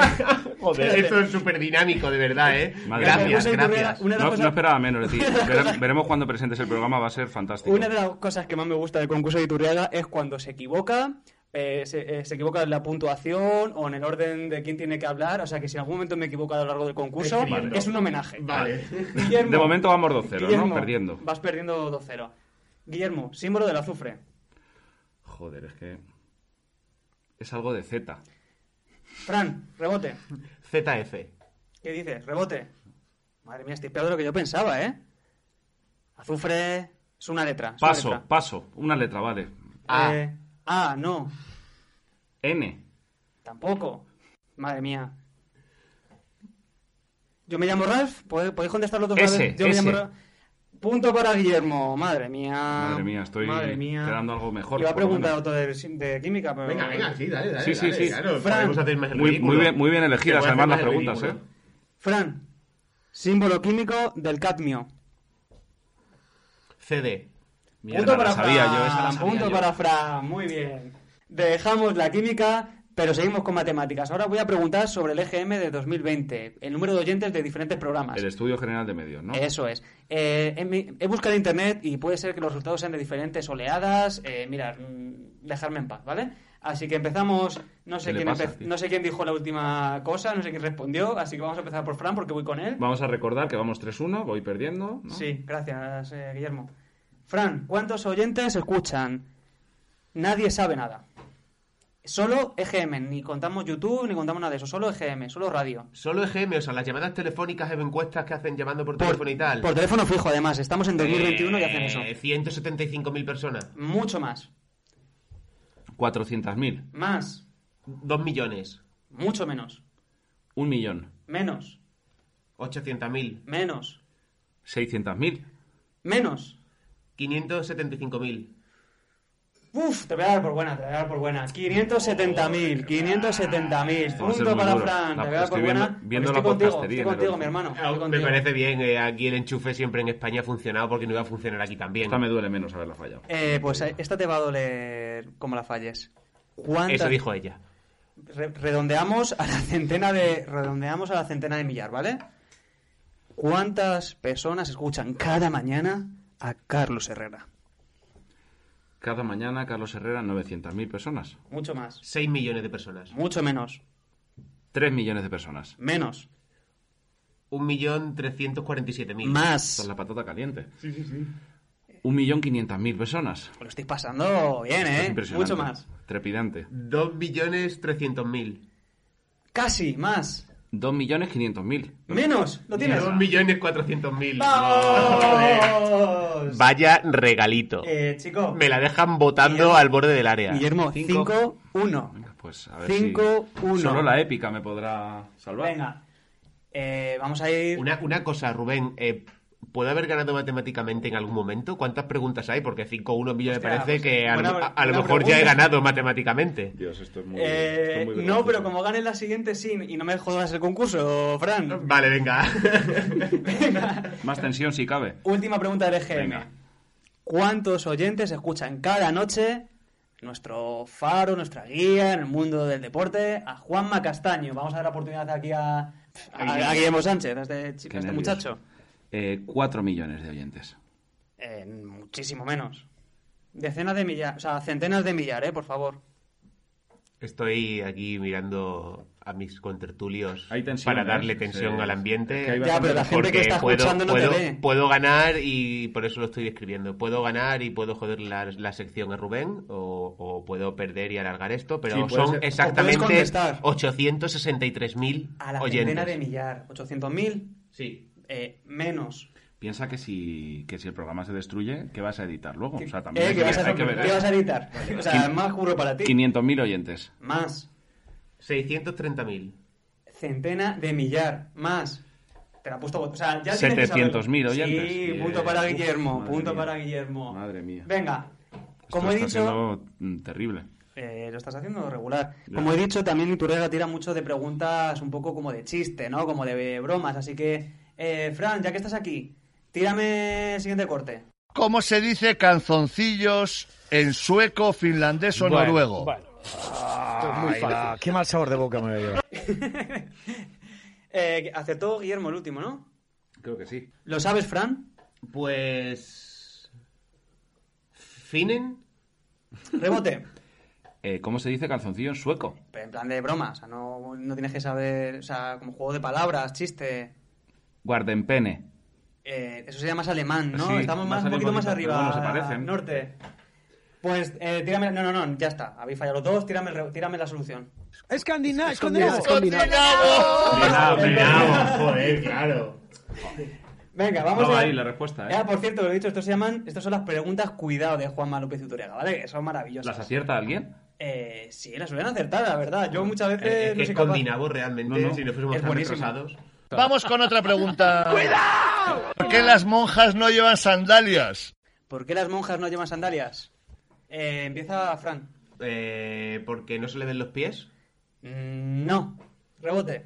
Joder,
espérate.
esto es súper dinámico, de verdad, ¿eh?
Madre mía.
gracias,
Puse
en tu
gracias.
Una de las
No,
cosas-
no esperaba menos de ti. Vere- veremos cuando presentes el programa, va a ser fantástico.
Una de las cosas que más me gusta del concurso de Iturriaga es cuando se equivoca, eh, se, eh, se equivoca en la puntuación o en el orden de quién tiene que hablar. O sea que si en algún momento me equivoco a lo largo del concurso,
Escribiendo.
es un homenaje.
Vale.
Guillermo,
De momento vamos 2-0,
Guillermo,
¿no? Perdiendo.
Vas perdiendo 2-0. Guillermo, símbolo del azufre.
Joder, es que. Es algo de Z.
Fran, rebote.
ZF.
¿Qué dices? Rebote. Madre mía, estoy peor de lo que yo pensaba, ¿eh? Azufre es una letra. es una
Paso,
letra.
paso. Una letra, vale.
A.
Eh, ah, no.
N.
Tampoco. Madre mía. Yo me llamo Ralph. ¿pod- ¿Podéis contestar los dos a la
S,
vez? Yo me
S.
llamo Ralph. Punto para Guillermo. Madre mía.
Madre mía, estoy
Madre mía.
quedando algo mejor,
Iba a
por lo
preguntar
menos.
otro de, de química, pero.
Venga, venga, sí, dale, dale.
Sí, sí,
dale,
sí.
Claro,
Fran.
podemos hacer más el
Muy,
ridículo.
muy bien, muy bien
Que
elegidas,
voy a
además, las
hacer más el
preguntas, ¿eh?
ridículo.
Fran, símbolo químico del cadmio.
CD.
Mierda, la sabía yo, esa la sabía
Punto
yo.
para Fran. Muy bien. Dejamos la química, pero seguimos con matemáticas. Ahora voy a preguntar sobre el EGM de 2020, el número de oyentes de diferentes programas.
El Estudio General de Medios, ¿no?
Eso es. Eh, en mi- he buscado en internet y puede ser que los resultados sean de diferentes oleadas. Eh, mirad, mm, dejarme en paz, ¿vale? Así que empezamos. No sé,
¿Qué le
quién
pasa,
empe-
tío?
no sé quién dijo la última cosa, no sé quién respondió. Así que vamos a empezar por Fran porque voy con él.
Vamos a recordar que vamos 3-1, voy perdiendo. ¿no?
Sí, gracias, eh, Guillermo. Fran, ¿cuántos oyentes escuchan? Nadie sabe nada. Solo EGM, ni contamos YouTube, ni contamos nada de eso. Solo EGM, solo radio.
Solo EGM, o sea, las llamadas telefónicas en encuestas que hacen llamando por, teléfono y tal.
Por teléfono fijo, además. Estamos
Eh,
en 2021 y hacen eso.
Eh, 175.000 personas.
Mucho más.
400.000,
Más.
2 millones.
Mucho menos.
un millón,
Menos.
800.000.
Menos.
600.000,
Menos.
575.000.
Uf, te voy a dar por buena, te voy a dar por buena. 570.000, 570.000.
Esto va a ser
Punto
muy
para
duro.
Fran,
La-
te voy a dar
estoy
por buena.
viendo- viendo
porque
la
estoy contigo,
podcastería
estoy
en el
contigo,
otro.
mi hermano. estoy
Me
contigo.
parece bien, eh, aquí el enchufe siempre en España ha funcionado porque no iba a funcionar aquí también.
esta me duele menos haberla fallado.
Eh, pues eh, esta te va a doler como la falles. ¿Cuántas-
Eso dijo ella.
Re- redondeamos a la centena de redondeamos a la centena de millar, ¿vale? ¿Cuántas personas escuchan cada mañana a Carlos Herrera?
Cada mañana, Carlos Herrera, 900.000 personas.
Mucho más.
6 millones de personas.
Mucho menos.
3 millones de personas.
Menos.
1.347.000.
Esta es
Más.
la patata caliente. Sí, sí, sí. 1.500.000 personas.
Lo estáis pasando bien,
Esto es
¿eh?
impresionante.
Mucho más.
Trepidante.
2.300.000.
Casi, más.
2.500.000.
Menos. ¿Lo tienes?
2.400.000.
¡Vamos!
Vaya regalito.
Eh, chico.
Me la dejan botando al borde del área.
Guillermo,
Cinco.
5-1.
Venga, pues a ver
Cinco,
si...
uno.
Solo la épica me podrá salvar.
Venga. Eh, vamos a ir...
Una, una cosa, Rubén. eh, ¿Puedo haber ganado matemáticamente en algún momento? ¿Cuántas preguntas hay? Porque 5-1 a mí ya me
Hostia,
parece
pues,
que a, lo-
buena-
a- a lo
buena
mejor ya he
pregunta.
ganado matemáticamente.
Dios, esto es muy... esto
Eh,
es muy
no,
vergonzoso.
pero como ganes la siguiente, sí. Y no me jodas el concurso, Fran.
Vale, venga.
Venga.
Más tensión si cabe.
Última pregunta del EGM.
Venga.
¿Cuántos oyentes escuchan cada noche nuestro faro, nuestra guía en el mundo del deporte, a Juanma Castaño. Vamos a dar la oportunidad aquí a, a, a Guillermo Sánchez, a este, chico-
Qué
a este
nervios.
muchacho.
Eh, cuatro millones de oyentes.
Eh, muchísimo menos. Decenas de millar, o sea, centenas de millar, ¿eh? Por favor.
Estoy aquí mirando a mis contertulios
Hay tensión,
para darle
¿eh?
tensión
Sí.
al ambiente.
Es que hay
Ya, pero la gente que
porque
está
puedo,
escuchando no te
puedo-
ve.
puedo ganar y por eso lo estoy describiendo. Puedo ganar y puedo joder la, la sección a Rubén o, o puedo perder y alargar esto, pero
Sí, puede
son
ser.
O
exactamente
puedes contestar.
863.000
A la centena
oyentes.
de millar, 800.000
Sí.
eh, menos.
Piensa que si, que si el programa se destruye, ¿qué vas a editar luego? O sea, también
Eh,
hay
que
que,
vas a,
hay que ver.
¿qué vas a editar? O sea,
Quin-
más curro para ti.
500.000 oyentes.
Más.
630.000.
Centena de millar. Más. Te la he puesto. O sea, ya tienes que saberlo.
700.000 oyentes.
Sí,
Bien.
punto para Guillermo.
Madre
punto
mía.
para Guillermo.
Madre mía.
Venga.
Esto
Como he
está
dicho.
siendo, mm, terrible.
Eh, lo estás haciendo regular. Como he dicho, también Iturrega tira mucho de preguntas un poco como de chiste, ¿no? Como de bromas. Así que, eh, Fran, ya que estás aquí, tírame el siguiente corte.
¿Cómo se dice canzoncillos en sueco, finlandés o
Bueno,
noruego?
bueno.
Ay, va, qué mal sabor de boca me veo.
Eh, acertó Guillermo el último, ¿no?
Creo que sí.
¿Lo sabes, Fran?
Pues... Finen.
Rebote.
Eh, ¿Cómo se dice calzoncillo en sueco?
Pero en plan de broma, o sea, no, no tienes que saber, o sea, como juego de palabras, chiste.
Guardenpene.
Eh, eso sería más alemán, ¿no?
Sí,
Estamos más,
más
un poquito
alemán,
más
pero
arriba,
bueno, se parecen.
norte. Pues eh, tírame, no, no, no, ya está. Habéis fallado los dos, tírame, el re- tírame la solución.
Escandinavo,
joder, claro.
Venga, vamos
Estaba
a...
ahí la respuesta, ¿eh?
Ah, por cierto, lo he dicho, estos se llaman, estos son las preguntas cuidado de Juanma López Uturega, ¿vale? Que son maravillosas.
¿Las acierta alguien?
Eh, sí, las suelen acertar, la verdad. Yo
eh,
muchas veces
Es,
Eh, no
Eh, que
soy
es
capaz.
condinavo realmente,
No, no.
si no fuésemos
Es
tan
buenísimo.
retrasados.
Vamos con otra pregunta. ¡Cuidado! ¿Por qué las monjas no llevan sandalias?
¿Por qué las monjas no llevan sandalias? Eh, empieza Fran.
Eh, porque no se le ven los pies.
Mm, no. Rebote.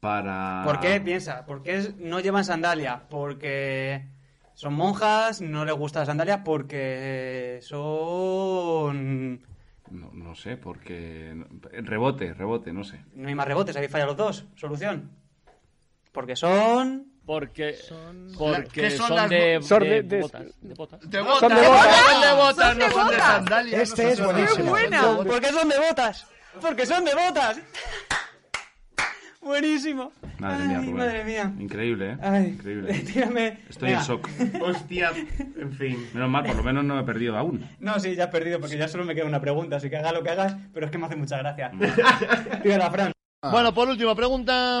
Para...
¿Por qué? Piensa. ¿Por qué no llevan sandalias? Porque son monjas, no les gustan las sandalias porque son...
No, no sé, porque... Rebote, rebote, no sé.
No hay más rebotes, habéis fallado los dos. Solución. Porque son...
Porque son, porque
¿Qué son
son,
las
de,
Son de-
de
de-
botas. De botas.
De botas,
Son de botas.
son de botas,
Son de
no son de
botas.
sandalias. no son
Este es
de-
buenísimo.
buena!
¿Por qué son de botas? Porque son de botas. Buenísimo.
Madre
Ay,
mía, Rubén.
Madre mía.
Increíble, ¿eh?
Ay,
Increíble.
Tírame.
Estoy
Venga.
en shock.
Hostia, en fin.
Menos mal, por lo menos no he perdido aún.
No, sí, ya has perdido porque ya solo me queda una pregunta, así que haga lo que hagas, pero es que me hace mucha gracia. Tírala, Fran.
Bueno, por último, pregunta.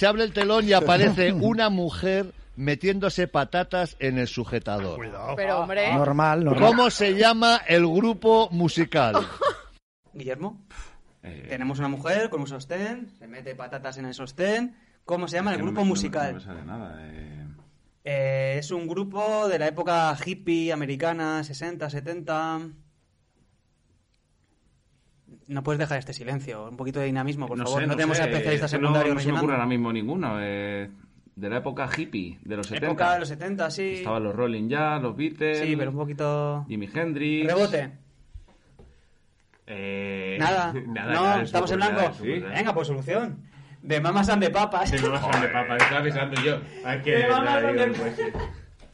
Se abre el telón y aparece una mujer metiéndose patatas en el sujetador.
Pero hombre,
Normal, normal.
¿Cómo se llama el grupo musical?
Guillermo,
Eh,
tenemos una mujer con un sostén, se mete patatas en el sostén. ¿Cómo se llama
es
el
que no
grupo
me- no me- No
musical?
me sale nada. eh.
Eh, es un grupo de la época hippie americana, 60, 70. No puedes dejar este silencio, un poquito de dinamismo, por favor.
sé,
no, tenemos
sé,
especialistas
es que no-
secundarios
No, se me
rellenando.
ocurre ahora mismo ninguno. eh, de la época hippie, de los 70.
Época de los 70, sí.
Estaban los Rolling ya, los Beatles...
Sí, pero un poquito.
Jimi Hendrix...
Rebote.
Eh,
Nada.
nada,
no,
nada,
estamos en
nada,
blanco.
eso, nada.
Venga, pues solución. De mamas and de papas.
Sí, me vas a dar de papa, estaba pensando yo. Hay que-
Me van a dar
digo,
de-
pues, sí.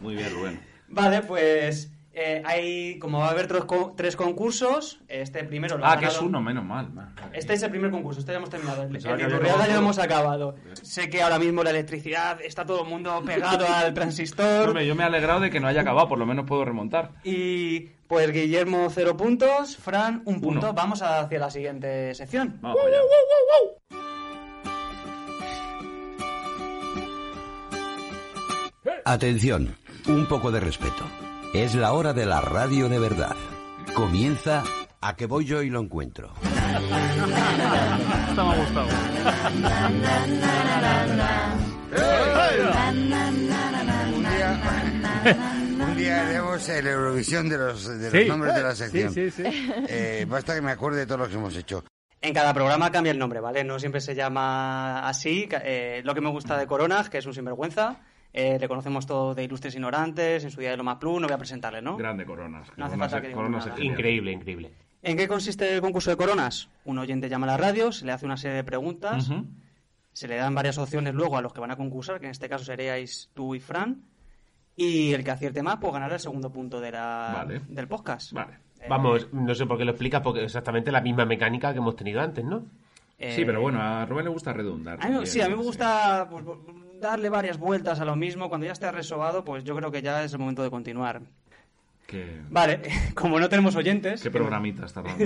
Muy bien, Rubén.
vale, pues. eh, hay, como va a haber tres, co- tres concursos, este primero lo ha
Ah, que es
ganado-
uno, Pues menos mal. madre.
Este es el primer concurso, este ya hemos terminado. El,
Pensaba
el
que había
tutorial ya
acabado.
lo hemos acabado. Sé que ahora mismo la electricidad está todo el mundo pegado al transistor.
Hombre, yo me he alegrado de que no haya acabado, por lo menos puedo remontar.
Y pues Guillermo, cero puntos. Fran, un punto.
Uno.
Vamos hacia la siguiente sección.
Vamos para allá.
Atención, un poco de respeto. Es la hora de la radio de verdad. Comienza a que voy yo y lo encuentro.
Esto me ha gustado.
Un día haremos el Eurovisión de los, de los nombres de la sección. Eh, basta que me acuerde de todo lo que hemos hecho.
En cada programa cambia el nombre, ¿vale? No siempre se llama así. Ca- eh, lo que me gusta de Corona, que es un sinvergüenza. eh, le conocemos todos de Ilustres Ignorantes, en su día de Loma Plus, no voy a presentarle, ¿no?
Grande Coronas.
No hace falta que digamos
Coronas
nada.
es genial.
Increíble, increíble.
¿En qué consiste el concurso de coronas? Un oyente llama a la radio, se le hace una serie de preguntas, se le dan varias opciones luego a los que van a concursar, que en este caso seríais tú y Fran, y el que acierte más, pues ganará el segundo punto de la,
Vale.
del podcast. Eh, Vale.
Vamos, no sé por qué lo explicas, porque es exactamente la misma mecánica que hemos tenido antes, ¿no?
Eh, Sí, pero bueno,
a Rubén le gusta redundar.
A mí, me- Ah, sí, a mí me gusta pues, darle varias vueltas a lo mismo. Cuando ya esté resobado, pues yo creo que ya es el momento de continuar.
Qué,
Vale, como no tenemos oyentes...
qué programita está dando.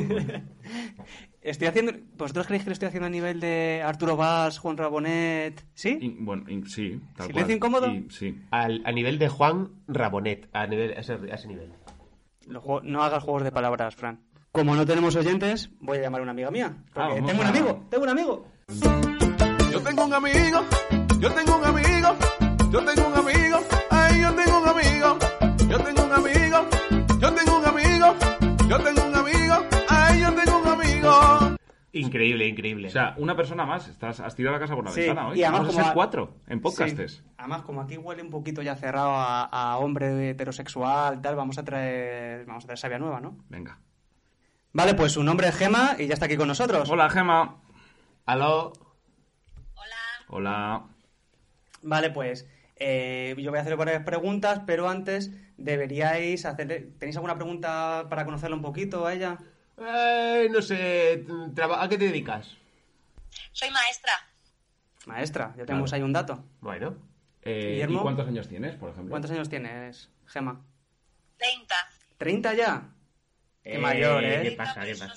Estoy haciendo... ¿Vosotros creéis que lo estoy haciendo a nivel de Arturo Valls, Juan Rabonet... ¿Sí?
bueno, sí,
tal ¿Silencio cual. incómodo? Y-
Al, a nivel de Juan Rabonet, a, nivel, a, ese, a ese nivel.
Los juego- No hagas juegos de palabras, Fran. Como no tenemos oyentes, voy a llamar a una amiga mía. porque
Ah, vamos
tengo un
a-
amigo, tengo un amigo.
Yo tengo un amigo, yo tengo un amigo, yo tengo un amigo, ay, yo tengo un amigo, yo tengo un amigo, yo tengo un amigo, yo tengo un amigo, ay, yo tengo un amigo.
Increíble, increíble.
O sea, una persona más. Estás, has tirado la casa por la
Sí,
ventana hoy.
y además
Vamos a
como
ser
a-
cuatro en podcastes.
Sí. Además, como aquí huele un poquito ya cerrado a, a hombre heterosexual, tal, vamos a traer, vamos a traer sabia nueva, ¿no?
Venga.
Vale, pues su nombre es Gema y ya está aquí con nosotros.
Hola, Gema.
Aló.
Hola.
Vale, pues eh, yo voy a hacer varias preguntas, pero antes deberíais hacer... ¿Tenéis alguna pregunta para conocerla un poquito a ella?
Eh, no sé, traba- ¿a qué te dedicas?
Soy maestra.
Maestra, ya tenemos ahí un dato.
Bueno.
Eh, ¿Y
Guillermo?
cuántos años tienes, por ejemplo?
¿Cuántos años tienes, Gema?
30.
¿30 ya? Qué
Eh,
mayor, ¿eh?
¿qué pasa, qué pasa?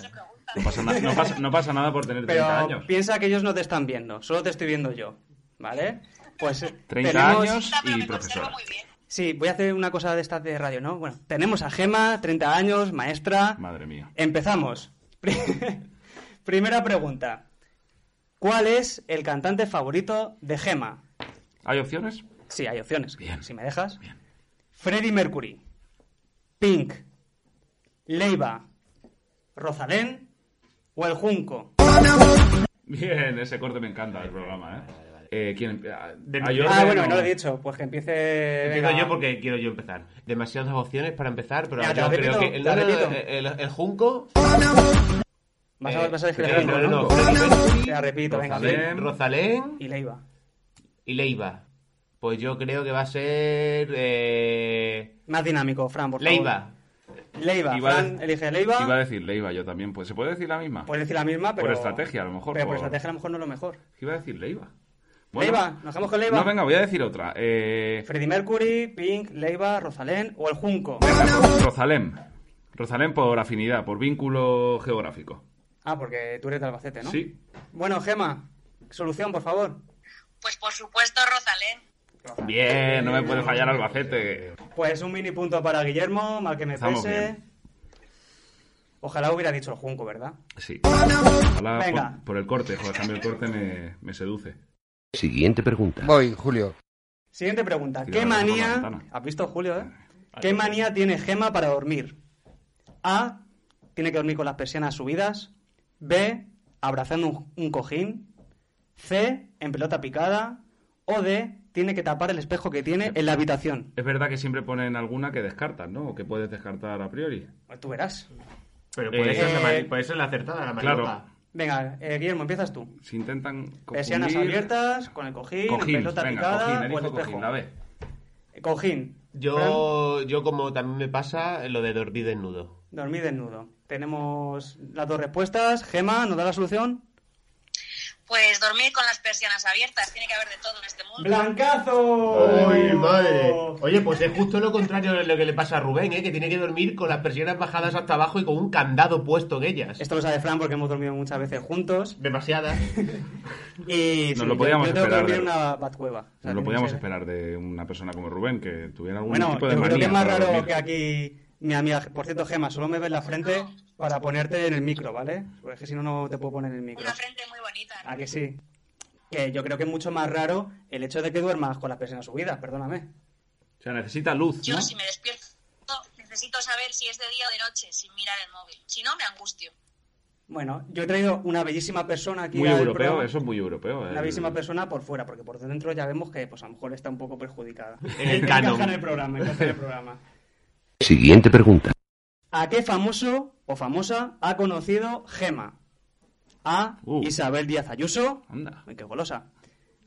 No pasa, na- no pasa- no pasa nada por tener 30
Pero
años.
piensa que ellos no te están viendo, solo te estoy viendo yo, ¿vale? Pues eh,
30
tenemos-
años y profesora.
Sí, voy a hacer una cosa de estas de radio, ¿no? Bueno, tenemos a Gema, 30 años, maestra.
Madre mía.
Empezamos. Pri- Primera pregunta. ¿Cuál es el cantante favorito de Gema?
¿Hay opciones?
Sí, hay opciones. Si me dejas. Freddie Mercury, Pink, Leiva, Rosalén o El Junco.
Bien, ese corte me encanta del programa, ¿eh? Eh, ¿quién? Ah,
ah,
yo-
bueno, no lo he dicho. Pues que empiece.
Empiezo
venga.
yo porque quiero yo empezar. Demasiadas opciones para empezar, pero
Venga, te
yo
lo
creo
repito,
que el,
te lo
no, no,
repito.
el- el- el junco.
Vas a,
Eh,
vas a decir
eh,
El Junco,
no,
¿no?
no, Freddie Mercury,
Te la repito, venga.
Rosalén, Rosalén
Y Leiva.
y Leiva. Pues yo creo que va a ser. Eh...
Más dinámico, Fran, por favor.
Leiva.
Leiva.
Iba a
Fran
dec-
elige Leiva.
Iba a decir Leiva yo también. Pues, ¿Se puede decir la misma?
Puedes decir la misma, pero.
Por estrategia, a lo mejor.
Pero por estrategia, a lo mejor no es lo mejor.
Iba a decir Leiva.
Leiva, nos quedamos con Leiva.
No, venga, voy a decir otra. Eh,
Freddie Mercury, Pink, Leiva, Rosalén o El Junco.
Rosalén. Rosalén por afinidad, por vínculo geográfico.
Ah, porque tú eres de Albacete, ¿no?
Sí.
Bueno, Gema, solución, por favor.
Pues por supuesto, Rosalén.
Bien, no me puede fallar Albacete.
Pues un mini punto para Guillermo, mal que me
Estamos
pese. Ojalá hubiera dicho el Junco, ¿verdad?
Sí. Ojalá
Venga.
por, por el corte, joder, cambio el corte me, me seduce.
Siguiente pregunta.
Voy, Julio.
Siguiente pregunta.
Tira
¿Qué
la mano por la
manía...
ventana.
¿Has visto, Julio, eh? ¿Qué manía tiene Gema para dormir? A. Tiene que dormir con las persianas subidas. B. Abrazando un, un cojín. C. En pelota picada. O D. Tiene que tapar el espejo que tiene en la habitación.
Es verdad que siempre ponen alguna que descartan, ¿no? O que puedes descartar a priori.
Pues Tú verás.
Pero
puede ser la mani-
puede ser la acertada, la
Claro,
Venga, eh, Guillermo, empiezas tú.
si intentan
Persianas
confundir-
abiertas, con el cojín,
Cojín,
en pelota
venga,
picada
cojín, elijo
o el espejo.
cojín, la B.
Cojín.
Yo, yo, como también me pasa, lo de dormir desnudo.
Dormir desnudo. Tenemos las dos respuestas. Gema, ¿nos da la solución?
Pues dormir con las persianas abiertas. Tiene que haber de todo en este mundo.
¡Blancazo!
Ay, madre. Oye, pues es justo lo contrario de lo que le pasa a Rubén, ¿eh? que tiene que dormir con las persianas bajadas hasta abajo y con un candado puesto en ellas.
Esto lo sabe Fran porque hemos dormido muchas veces juntos.
Demasiadas.
y
Nos
sí,
lo
yo-
podíamos
yo tengo que
esperar,
dormir en
¿eh?
una batcueva. O sea,
No lo
tiene
podíamos
que ser-
esperar de una persona como Rubén, que tuviera algún
Bueno,
tipo de
yo creo que
manía
es más
para
raro
dormir.
que aquí mi amiga... Por cierto, Gema, solo me ves la frente para ponerte en el micro, ¿vale? Porque es que si no, no te puedo poner en el micro. Una frente muy bonita. ¿A que sí? Que yo creo que es mucho más raro el hecho de que duermas con las personas subidas, perdóname.
O sea, necesita luz, ¿no?
Yo, si me despierto, necesito saber si es de día o de noche, sin mirar el móvil. Si no, me angustio.
Bueno, yo he traído una bellísima persona aquí.
Muy
al
europeo,
programa.
eso es muy europeo. ¿eh?
Una
el-
bellísima persona por fuera, porque por dentro ya vemos que pues a lo mejor está un poco perjudicada.
En el
Encaja
canon.
en el programa, encaja en el programa.
Siguiente pregunta.
¿A qué famoso o famosa ha conocido Gema? A.
Uh.
Isabel Díaz Ayuso.
Anda.
Uy, qué golosa.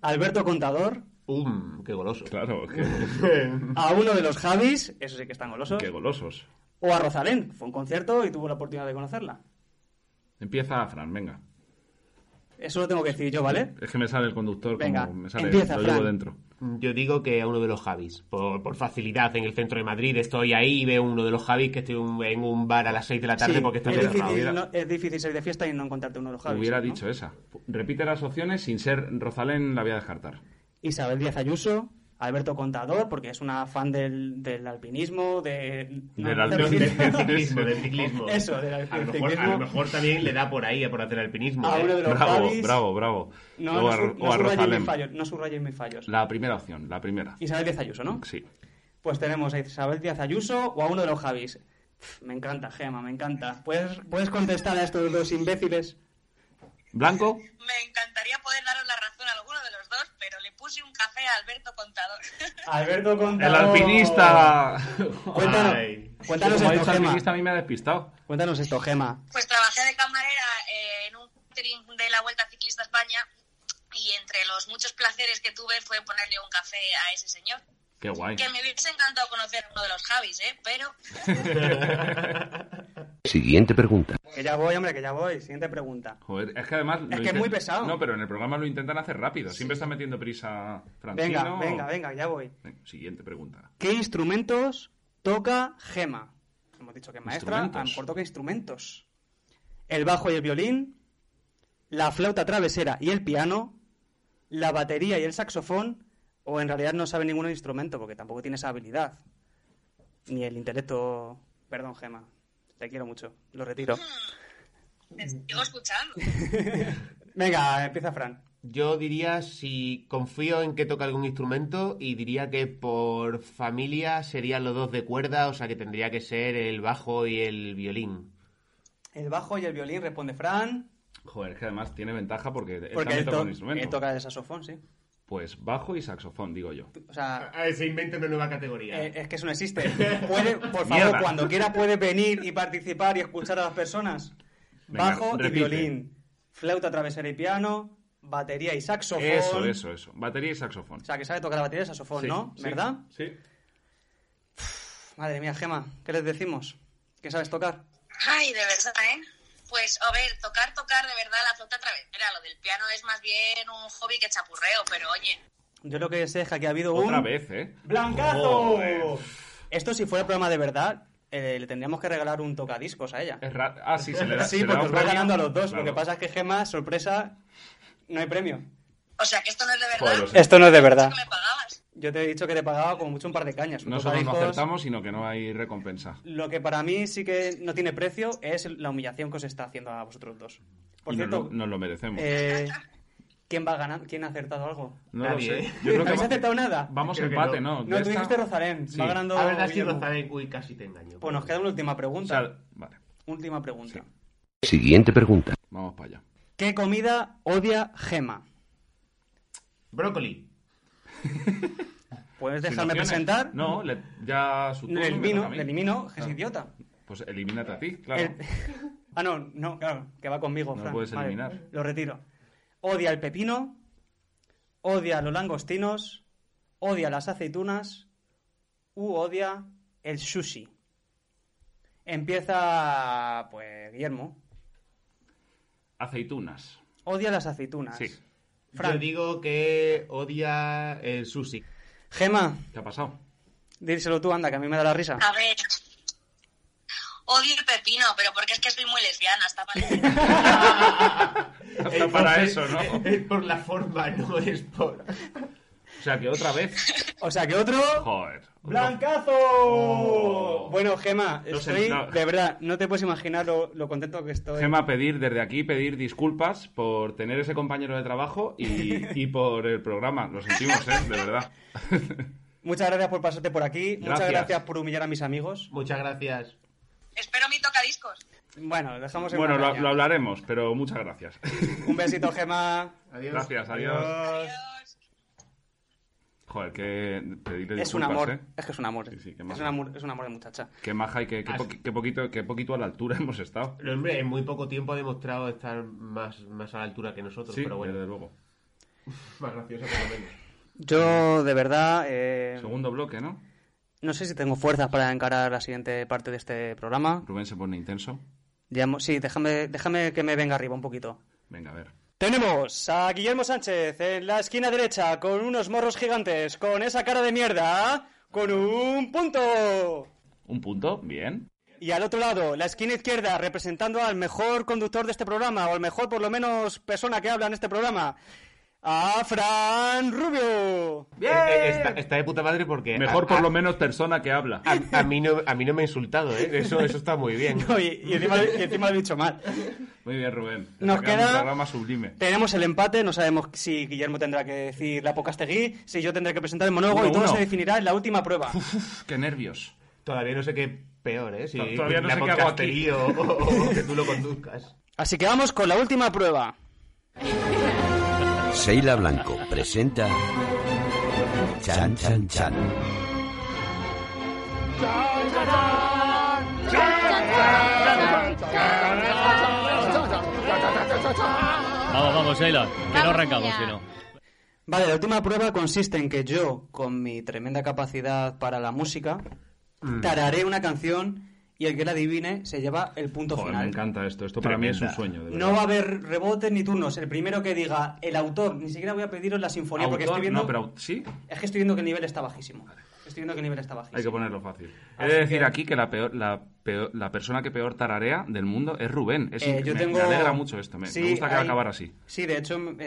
Alberto Contador.
Um, qué goloso.
Claro,
A uno de los Javis. Eso sí que están golosos.
Qué golosos.
O a Rosalén. Fue a un concierto y tuvo la oportunidad de conocerla.
Empieza Fran, venga.
Eso lo tengo que decir yo, ¿vale?
Es que me sale el conductor
Venga,
como me sale
empieza,
lo
Fran.
llevo dentro.
Yo digo que a uno de los Javis, por, por facilidad, en el centro de Madrid estoy ahí y veo uno de los Javis que estoy un- en un bar a las 6 de la tarde
Sí,
porque está
es
cerrado.
difícil, no- es difícil salir de fiesta y no encontrarte uno de los Javis.
Hubiera
¿no?
dicho esa. Repite las opciones sin ser Rosalén, la voy a descartar.
Isabel Díaz Ayuso, Alberto Contador, porque es una fan del, del alpinismo, de... no,
Del
no sé
alpinismo.
decir.
Del
ciclismo, del ciclismo.
Eso, del
a, lo
ciclismo.
mejor, a lo mejor también le da por ahí a por hacer alpinismo.
A
¿eh?
uno de los
Bravo,
Javis.
bravo, bravo.
No,
O
no
a-
su- no
o a
subrayéis mis
Rosalén.
fallos, no subrayéis mis fallos.
La primera opción, la primera.
Isabel Díaz Ayuso, ¿no?
Sí.
Pues tenemos a Isabel Díaz Ayuso o a uno de los Javis. Pf, Me encanta, Gema, me encanta. ¿Puedes, ¿Puedes contestar a estos dos imbéciles?
¿Blanco?
Alberto
¡El
Contador.
alpinista!
Cuéntanos-
Ay.
cuéntanos
Como ha
esto,
dicho
Gema.
alpinista, a mí me ha despistado.
Cuéntanos esto, Gema.
Pues trabajé de camarera eh, en un catering de la Vuelta Ciclista a España y entre los muchos placeres que tuve fue ponerle un café a ese señor.
Qué guay.
Que me hubiese encantado conocer a uno de los Javis, ¿eh? Pero
Siguiente pregunta.
Que ya voy, hombre, que ya voy. Siguiente pregunta.
Joder, es que además...
Es que es muy pesado.
No, pero en el programa lo intentan hacer rápido. Siempre están metiendo prisa Francino.
Venga, venga, venga, ya voy.
Venga, Siguiente pregunta.
¿Qué instrumentos toca Gema? Hemos dicho que es maestra, a lo
Instrumentos.
mejor toca instrumentos. El bajo y el violín, la flauta travesera y el piano, la batería y el saxofón, o en realidad no sabe ningún instrumento porque tampoco tiene esa habilidad. Ni el intelecto. Perdón, Gema. Te quiero mucho. Lo retiro.
te sigo escuchando.
Venga, empieza Fran.
Yo diría, si confío en que toca algún instrumento, y diría que por familia serían los dos de cuerda, o sea que tendría que ser el bajo y el violín.
El bajo y el violín, responde Fran.
Joder, es que además tiene ventaja porque él
Porque
también
él,
toca
to-
un instrumento.
él toca el saxofón, sí.
Pues bajo y saxofón, digo yo.
O sea,
Ah,
se inventa una nueva categoría.
Eh, es que eso no existe. Puede, por favor,
Mierda.
cuando quiera puedes venir y participar y escuchar a las personas.
Venga,
Bajo y
repite.
violín, flauta, travesera y piano, batería y saxofón.
Eso, eso, eso. Batería y saxofón.
O sea, que sabe tocar la batería y saxofón,
Sí,
¿no?
sí,
¿Verdad?
Sí.
Pf, Madre mía, Gema, ¿qué les decimos? ¿Qué sabes tocar?
Ay, de verdad, ¿eh? Pues, a ver, tocar, tocar, de verdad, la flauta travesera. Lo del piano es más bien un hobby que chapurreo, pero oye,
Yo lo que sé es que aquí ha habido un...
Otra vez, ¿eh?
¡Blancazo!
Joder.
Esto si fuera programa de verdad, eh, le tendríamos que regalar un tocadiscos a ella.
Es ra- Ah, sí, se le da.
sí,
se le da un
porque os va
premio.
ganando a los dos.
Claro.
Lo que pasa es que Gema, sorpresa, no hay premio.
o sea, que esto no es de verdad.
Joder, lo sé.
Esto no es de verdad.
Me pagabas.
Yo te he dicho que te pagaba como mucho un par de cañas. Un
Nosotros no
tocadiscos.
acertamos, sino que no hay recompensa.
Lo que para mí sí que no tiene precio es la humillación que os está haciendo a vosotros dos. Por
y nos
cierto,
lo, nos lo merecemos.
eh, ¿quién va ganando? ¿Quién ha acertado algo?
no lo
nadie,
sé.
¿eh?
Yo creo
¿No
que
habéis
va-
acertado nada?
vamos
Creo que
empate,
no.
¿no.
No,
Ya
tú
está.
dijiste Rosalén.
Sí.
Va ganando.
A ver, si
Guillermo.
Rosalén, uy, casi te engaño.
Pues nos queda una última
O
pregunta.
sea, vale,
Última pregunta.
Siguiente pregunta.
vamos para allá.
¿Qué comida odia Gema?
Brócoli.
¿Puedes
Sin
dejarme
opciones.
Pues presentar?
No, le- ya su turno
Le
me toca
elimino,
a mí.
le elimino, que es
Claro.
idiota.
Pues elimínate a ti, claro.
El- Ah, no, no, claro, que va conmigo,
No
Fran.
puedes
Vale,
eliminar.
lo retiro. Odia el pepino, odia los langostinos, odia las aceitunas, u odia el sushi. Empieza, pues, Guillermo.
Aceitunas.
Odia las aceitunas.
Sí.
Fran.
Yo digo que odia el sushi.
Gema,
¿Qué ha pasado?
díselo tú, anda, que a mí me da la risa.
Ah.
A ver. Odio el pepino, pero porque es que soy muy lesbiana, está mal.
Hasta para eso, ¿no?
Es por la forma, no es por...
O sea, que otra vez.
O sea que otro...
Joder.
¡Blancazo! Bueno, Gema,
Oh. No sé,
estoy,
no.
de verdad, no te puedes imaginar lo, lo contento que estoy.
Gema, pedir desde aquí, pedir disculpas por tener ese compañero de trabajo y, y por el programa. Lo sentimos, ¿eh? De verdad.
Muchas gracias por pasarte por aquí. Muchas
Gracias.
gracias por humillar a mis amigos.
Muchas gracias.
Espero mi tocadiscos.
Bueno, lo dejamos en
Bueno, lo,
Malaña.
lo hablaremos, pero muchas gracias.
Un besito, Gemma.
Adiós. Gracias, adiós. Joder, que pedirle
Es un
disculpas,
amor,
¿eh?
es que es un amor.
Sí, sí, qué
es,
maja.
un amor es un amor de muchacha.
Qué maja y qué,
Ah,
qué poqui- qué poquito, qué poquito a la altura hemos estado.
Pero, hombre, en muy poco tiempo ha demostrado estar más, más a la altura que nosotros,
Sí, Eh,
pero bueno.
desde luego.
más gracioso por lo menos.
Yo, de verdad... eh,
Segundo bloque, ¿no?
No sé si tengo fuerzas para encarar la siguiente parte de este programa.
Rubén se pone intenso.
Ya hemos- sí, déjame, déjame que me venga arriba un poquito.
Venga, a ver.
Tenemos a Guillermo Sánchez en la esquina derecha con unos morros gigantes, con esa cara de mierda, con un punto.
Un punto, bien.
Y al otro lado, la esquina izquierda, representando al mejor conductor de este programa, o al mejor, por lo menos, persona que habla en este programa, a Fran Rubio.
Eh, eh, Está, está de puta madre porque...
Mejor
a-
por
a-
lo menos persona que habla.
A, a mí no, a mí no me ha insultado, ¿eh? Eso, eso está muy bien.
No, y, y encima, y encima lo he dicho mal.
Muy bien, Rubén. Te
Nos
sacan
queda-
Un programa sublime.
Tenemos el empate, no sabemos si Guillermo tendrá que decir la pocastegui, si yo tendré que presentar el monólogo,
Uno,
y todo
uno.
se definirá en la última prueba.
Uf, qué nervios.
Todavía no sé qué peor, ¿eh? Si
To- todavía no
la
sé qué hago aquí.
podcastería O, o- o que tú lo conduzcas.
Así que vamos con la última prueba.
Seila Blanco presenta. Chan, chan, chan.
Vamos, vamos, Sheila, que no
Vamos
arrancamos,
allá.
si no.
Vale, la última prueba consiste en que yo, con mi tremenda capacidad para la música,
Mm.
tararé una canción y el que la adivine se lleva el punto
Joder, me
final.
encanta esto. Esto para mí es un
Tremenda.
sueño, de verdad.
No va a haber rebotes ni turnos. El primero que diga el autor, ni siquiera voy a pediros la sinfonía porque
Autor,
estoy viendo.
No, pero au- sí,
Es que estoy viendo que el nivel está bajísimo. Estoy viendo que el nivel está bajísimo.
hay que ponerlo fácil. He de decir aquí que la peor, la peor- la persona que peor tararea del mundo es Rubén. Es
Eh,
inc-
yo
me,
tengo-
me alegra mucho esto. Me, me
Sí,
gusta que va a
hay-
acabar así.
Sí, de hecho, eh,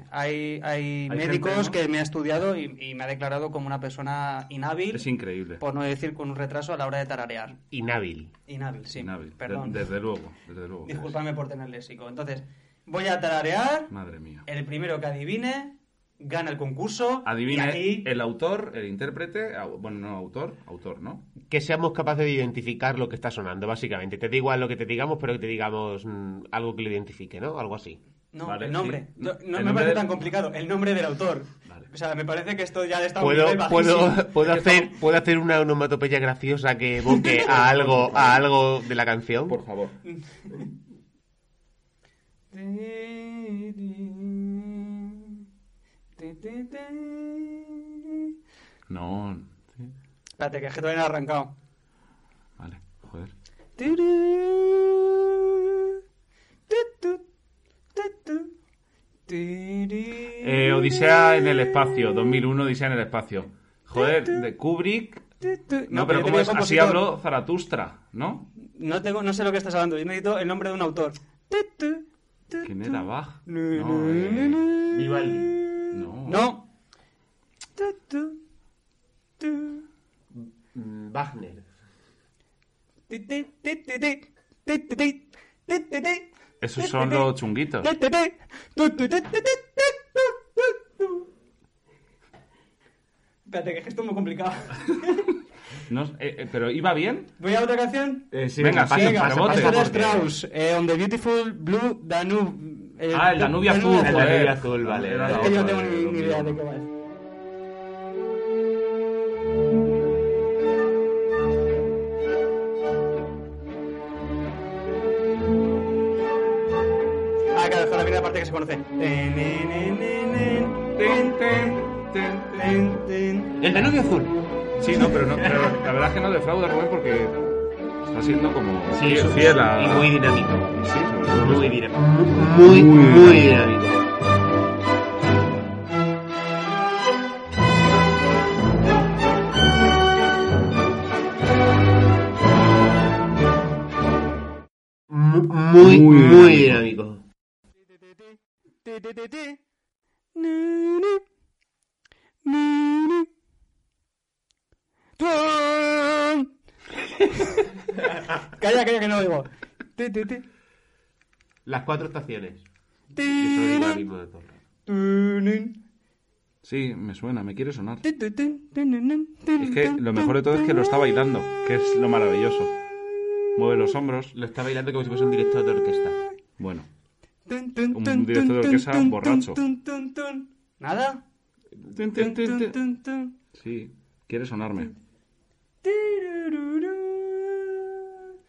Gracias.
hay, hay,
gente,
médicos
¿no?
que me ha estudiado y, y me ha declarado como una persona inhábil,
Es increíble.
por no decir con un retraso a la hora de tararear.
Inhábil.
Inhábil, sí.
Inhábil. De-
Perdón.
desde luego, desde luego.
Disculpadme por tener léxico. Entonces, voy a tararear.
Madre mía.
El primero que adivine gana el concurso.
Adivine
Y aquí-
el autor, el intérprete, au- bueno, no autor, autor, ¿no?
Que seamos capaces de identificar lo que está sonando, básicamente. Te da igual lo que te digamos, pero que te digamos mm, algo que lo identifique, ¿no? Algo así.
No,
Vale,
el nombre.
sí.
No, no
El
me
nombre
parece
del-
tan complicado. El nombre del autor. O sea, me parece que esto ya está a un
Puedo,
nivel bajísimo.
puedo, puedo hacer, puedo hacer una onomatopeya graciosa que evoque a algo, a algo de la canción. Por
favor.
Mm.
No,
Espérate, que es que todavía no ha arrancado.
vale, joder. Eh, Odisea en el espacio, 2001, Odisea en el espacio. Joder, de Kubrick. No, pero
yo
¿cómo
tenía
es? Así
compositor.
habló Zaratustra, ¿no?
No, tengo, no sé lo que estás hablando. Yo necesito el nombre de un autor.
¿Quién era Bach?
no, eh,
No.
No.
mm, Wagner.
Esos son los chunguitos.
Espérate, que es que esto es muy complicado.
No, eh, eh, ¿Pero iba bien?
Voy a otra canción.
venga,
Pasa,
sí,
venga,
para
Este
bote.
Astor Strauss, eh, on the beautiful blue Danube. eh,
Ah, el Danubio azul,
El
joder.
Danubio azul, vale.
Era la
Es que yo no
otra,
tengo
eh,
ni,
lo
ni
mío.
idea de qué va. esto. Ah, claro, es la primera parte que se conoce. Ten, nen, nen, nen, nen, ten, ten, ten, ten, ten.
El Danubio azul.
Sí, no, pero, no, pero la verdad es que no defrauda, Rubén, porque está siendo como
Sí,
fiel- fiel a...
y muy dinámico. muy dinámico.
Muy,
muy dinámico. Muy,
Muy
muy
dinámico.
dinámico.
Ti, ti, ti, ti. Calla, calla, que no digo. Ti, ti, ti.
Las cuatro estaciones.
Ti,
Eso es el ritmo de todo.
tu, nin,
Sí, me suena, me quiere sonar.
ti, tu, tin, tin, nin, tin,
Es que lo mejor de todo es que lo está bailando, que es lo maravilloso. mueve los hombros.
Lo está bailando como si fuese un director de orquesta.
Bueno, un director de orquesta borracho.
¿Nada?
Tun, tun, tun, tun, tun. Sí, quiere sonarme.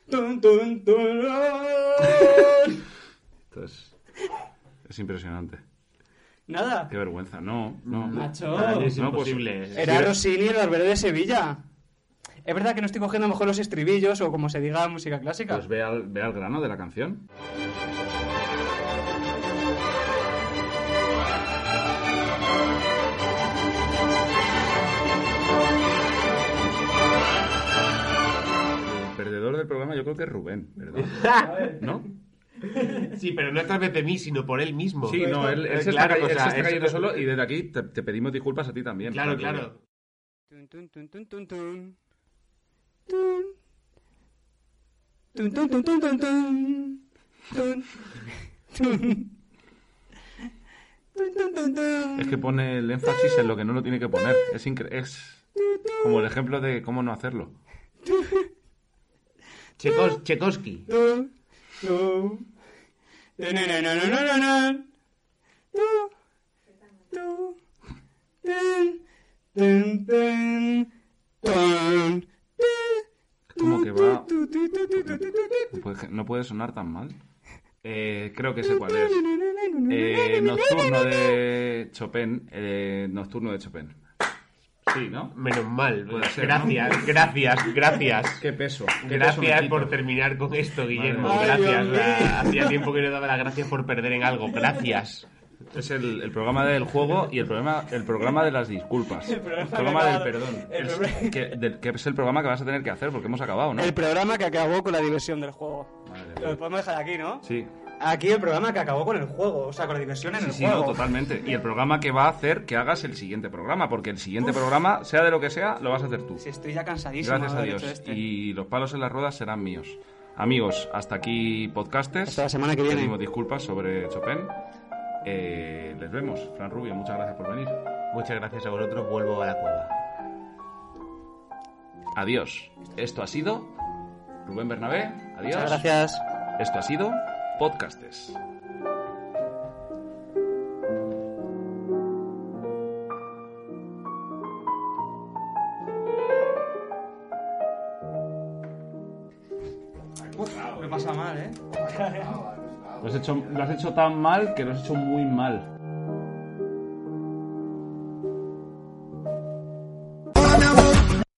Tun, tun, tun, ah.
Entonces, es impresionante.
Nada.
Qué vergüenza. No, no.
Macho.
No,
Es
pues,
Era Rossini el barbero de Sevilla. Es verdad que no estoy cogiendo a lo mejor los estribillos o como se diga música clásica.
Pues ve al, ve al grano de la canción. El perdedor del programa yo creo que es Rubén, ¿verdad? ¿No?
Sí, pero no a través de mí, sino por él mismo. Eh,
Sí, no, él, él se, está,
Pues Claro,
ca-
o
él se
sea,
está
él-
cayendo solo y desde aquí te, te pedimos disculpas a ti también.
Claro, claro.
Tun, tun, tun, tun, tun, tun. Tun. Tun, tun, tun, tun, tun, tun. Tun. Tun. Tun, tun, tun, tun.
Es que pone el énfasis en lo que no lo tiene que poner. Es, incre- es como el ejemplo de cómo no hacerlo.
Chekos- Chekovsky.
Tun, tun. Tun-nun-nun-nun-nun-nun. Tun, tun, tun, tun, tun, tun.
Como que va... Pues no puede sonar tan mal. Eh, creo que sé cuál es. Eh, nocturno de Chopin. eh, nocturno de Chopin. Sí, ¿no?
Menos mal. pues,
Puede ser, ¿no?
gracias, gracias, gracias.
Qué peso. qué peso me
Gracias
quito.
por terminar con esto, Guillermo.
Madre mía.
gracias.
Ay, Dios mío.
O sea, Hacía tiempo que no daba las gracias por perder en algo. Gracias.
Es el, el programa del juego y el programa, el programa de las disculpas.
El
El
programa
programa,
que
del
acaba-
perdón.
el
Es-
programa-
que, del- que es el programa que vas a tener que hacer porque hemos acabado, ¿no?
El programa que acabó con la diversión del juego. Lo podemos dejar aquí, ¿no?
Sí.
Aquí el programa que acabó con el juego, o sea, con la diversión en
Sí,
el
sí, no,
juego.
totalmente. Y el programa que va a hacer que hagas el siguiente programa, porque el siguiente
Uf.
programa, sea de lo que sea, lo vas a hacer tú.
Si estoy ya cansadísimo
Gracias
de
a
haber
Dios.
hecho este.
Y los palos en las ruedas serán míos. Amigos, hasta aquí podcastes. Hasta la
semana que viene.
Pedimos disculpas sobre Chopin. Eh, les vemos. Fran Rubio, muchas gracias por venir.
Muchas gracias a vosotros. Vuelvo a la cueva.
Adiós. Esto ha sido Rubén Bernabé. Adiós.
Muchas gracias.
Esto ha sido Podcastes.
Me pasa mal, ¿eh?
Lo has, hecho, lo has hecho tan mal que lo has hecho muy mal.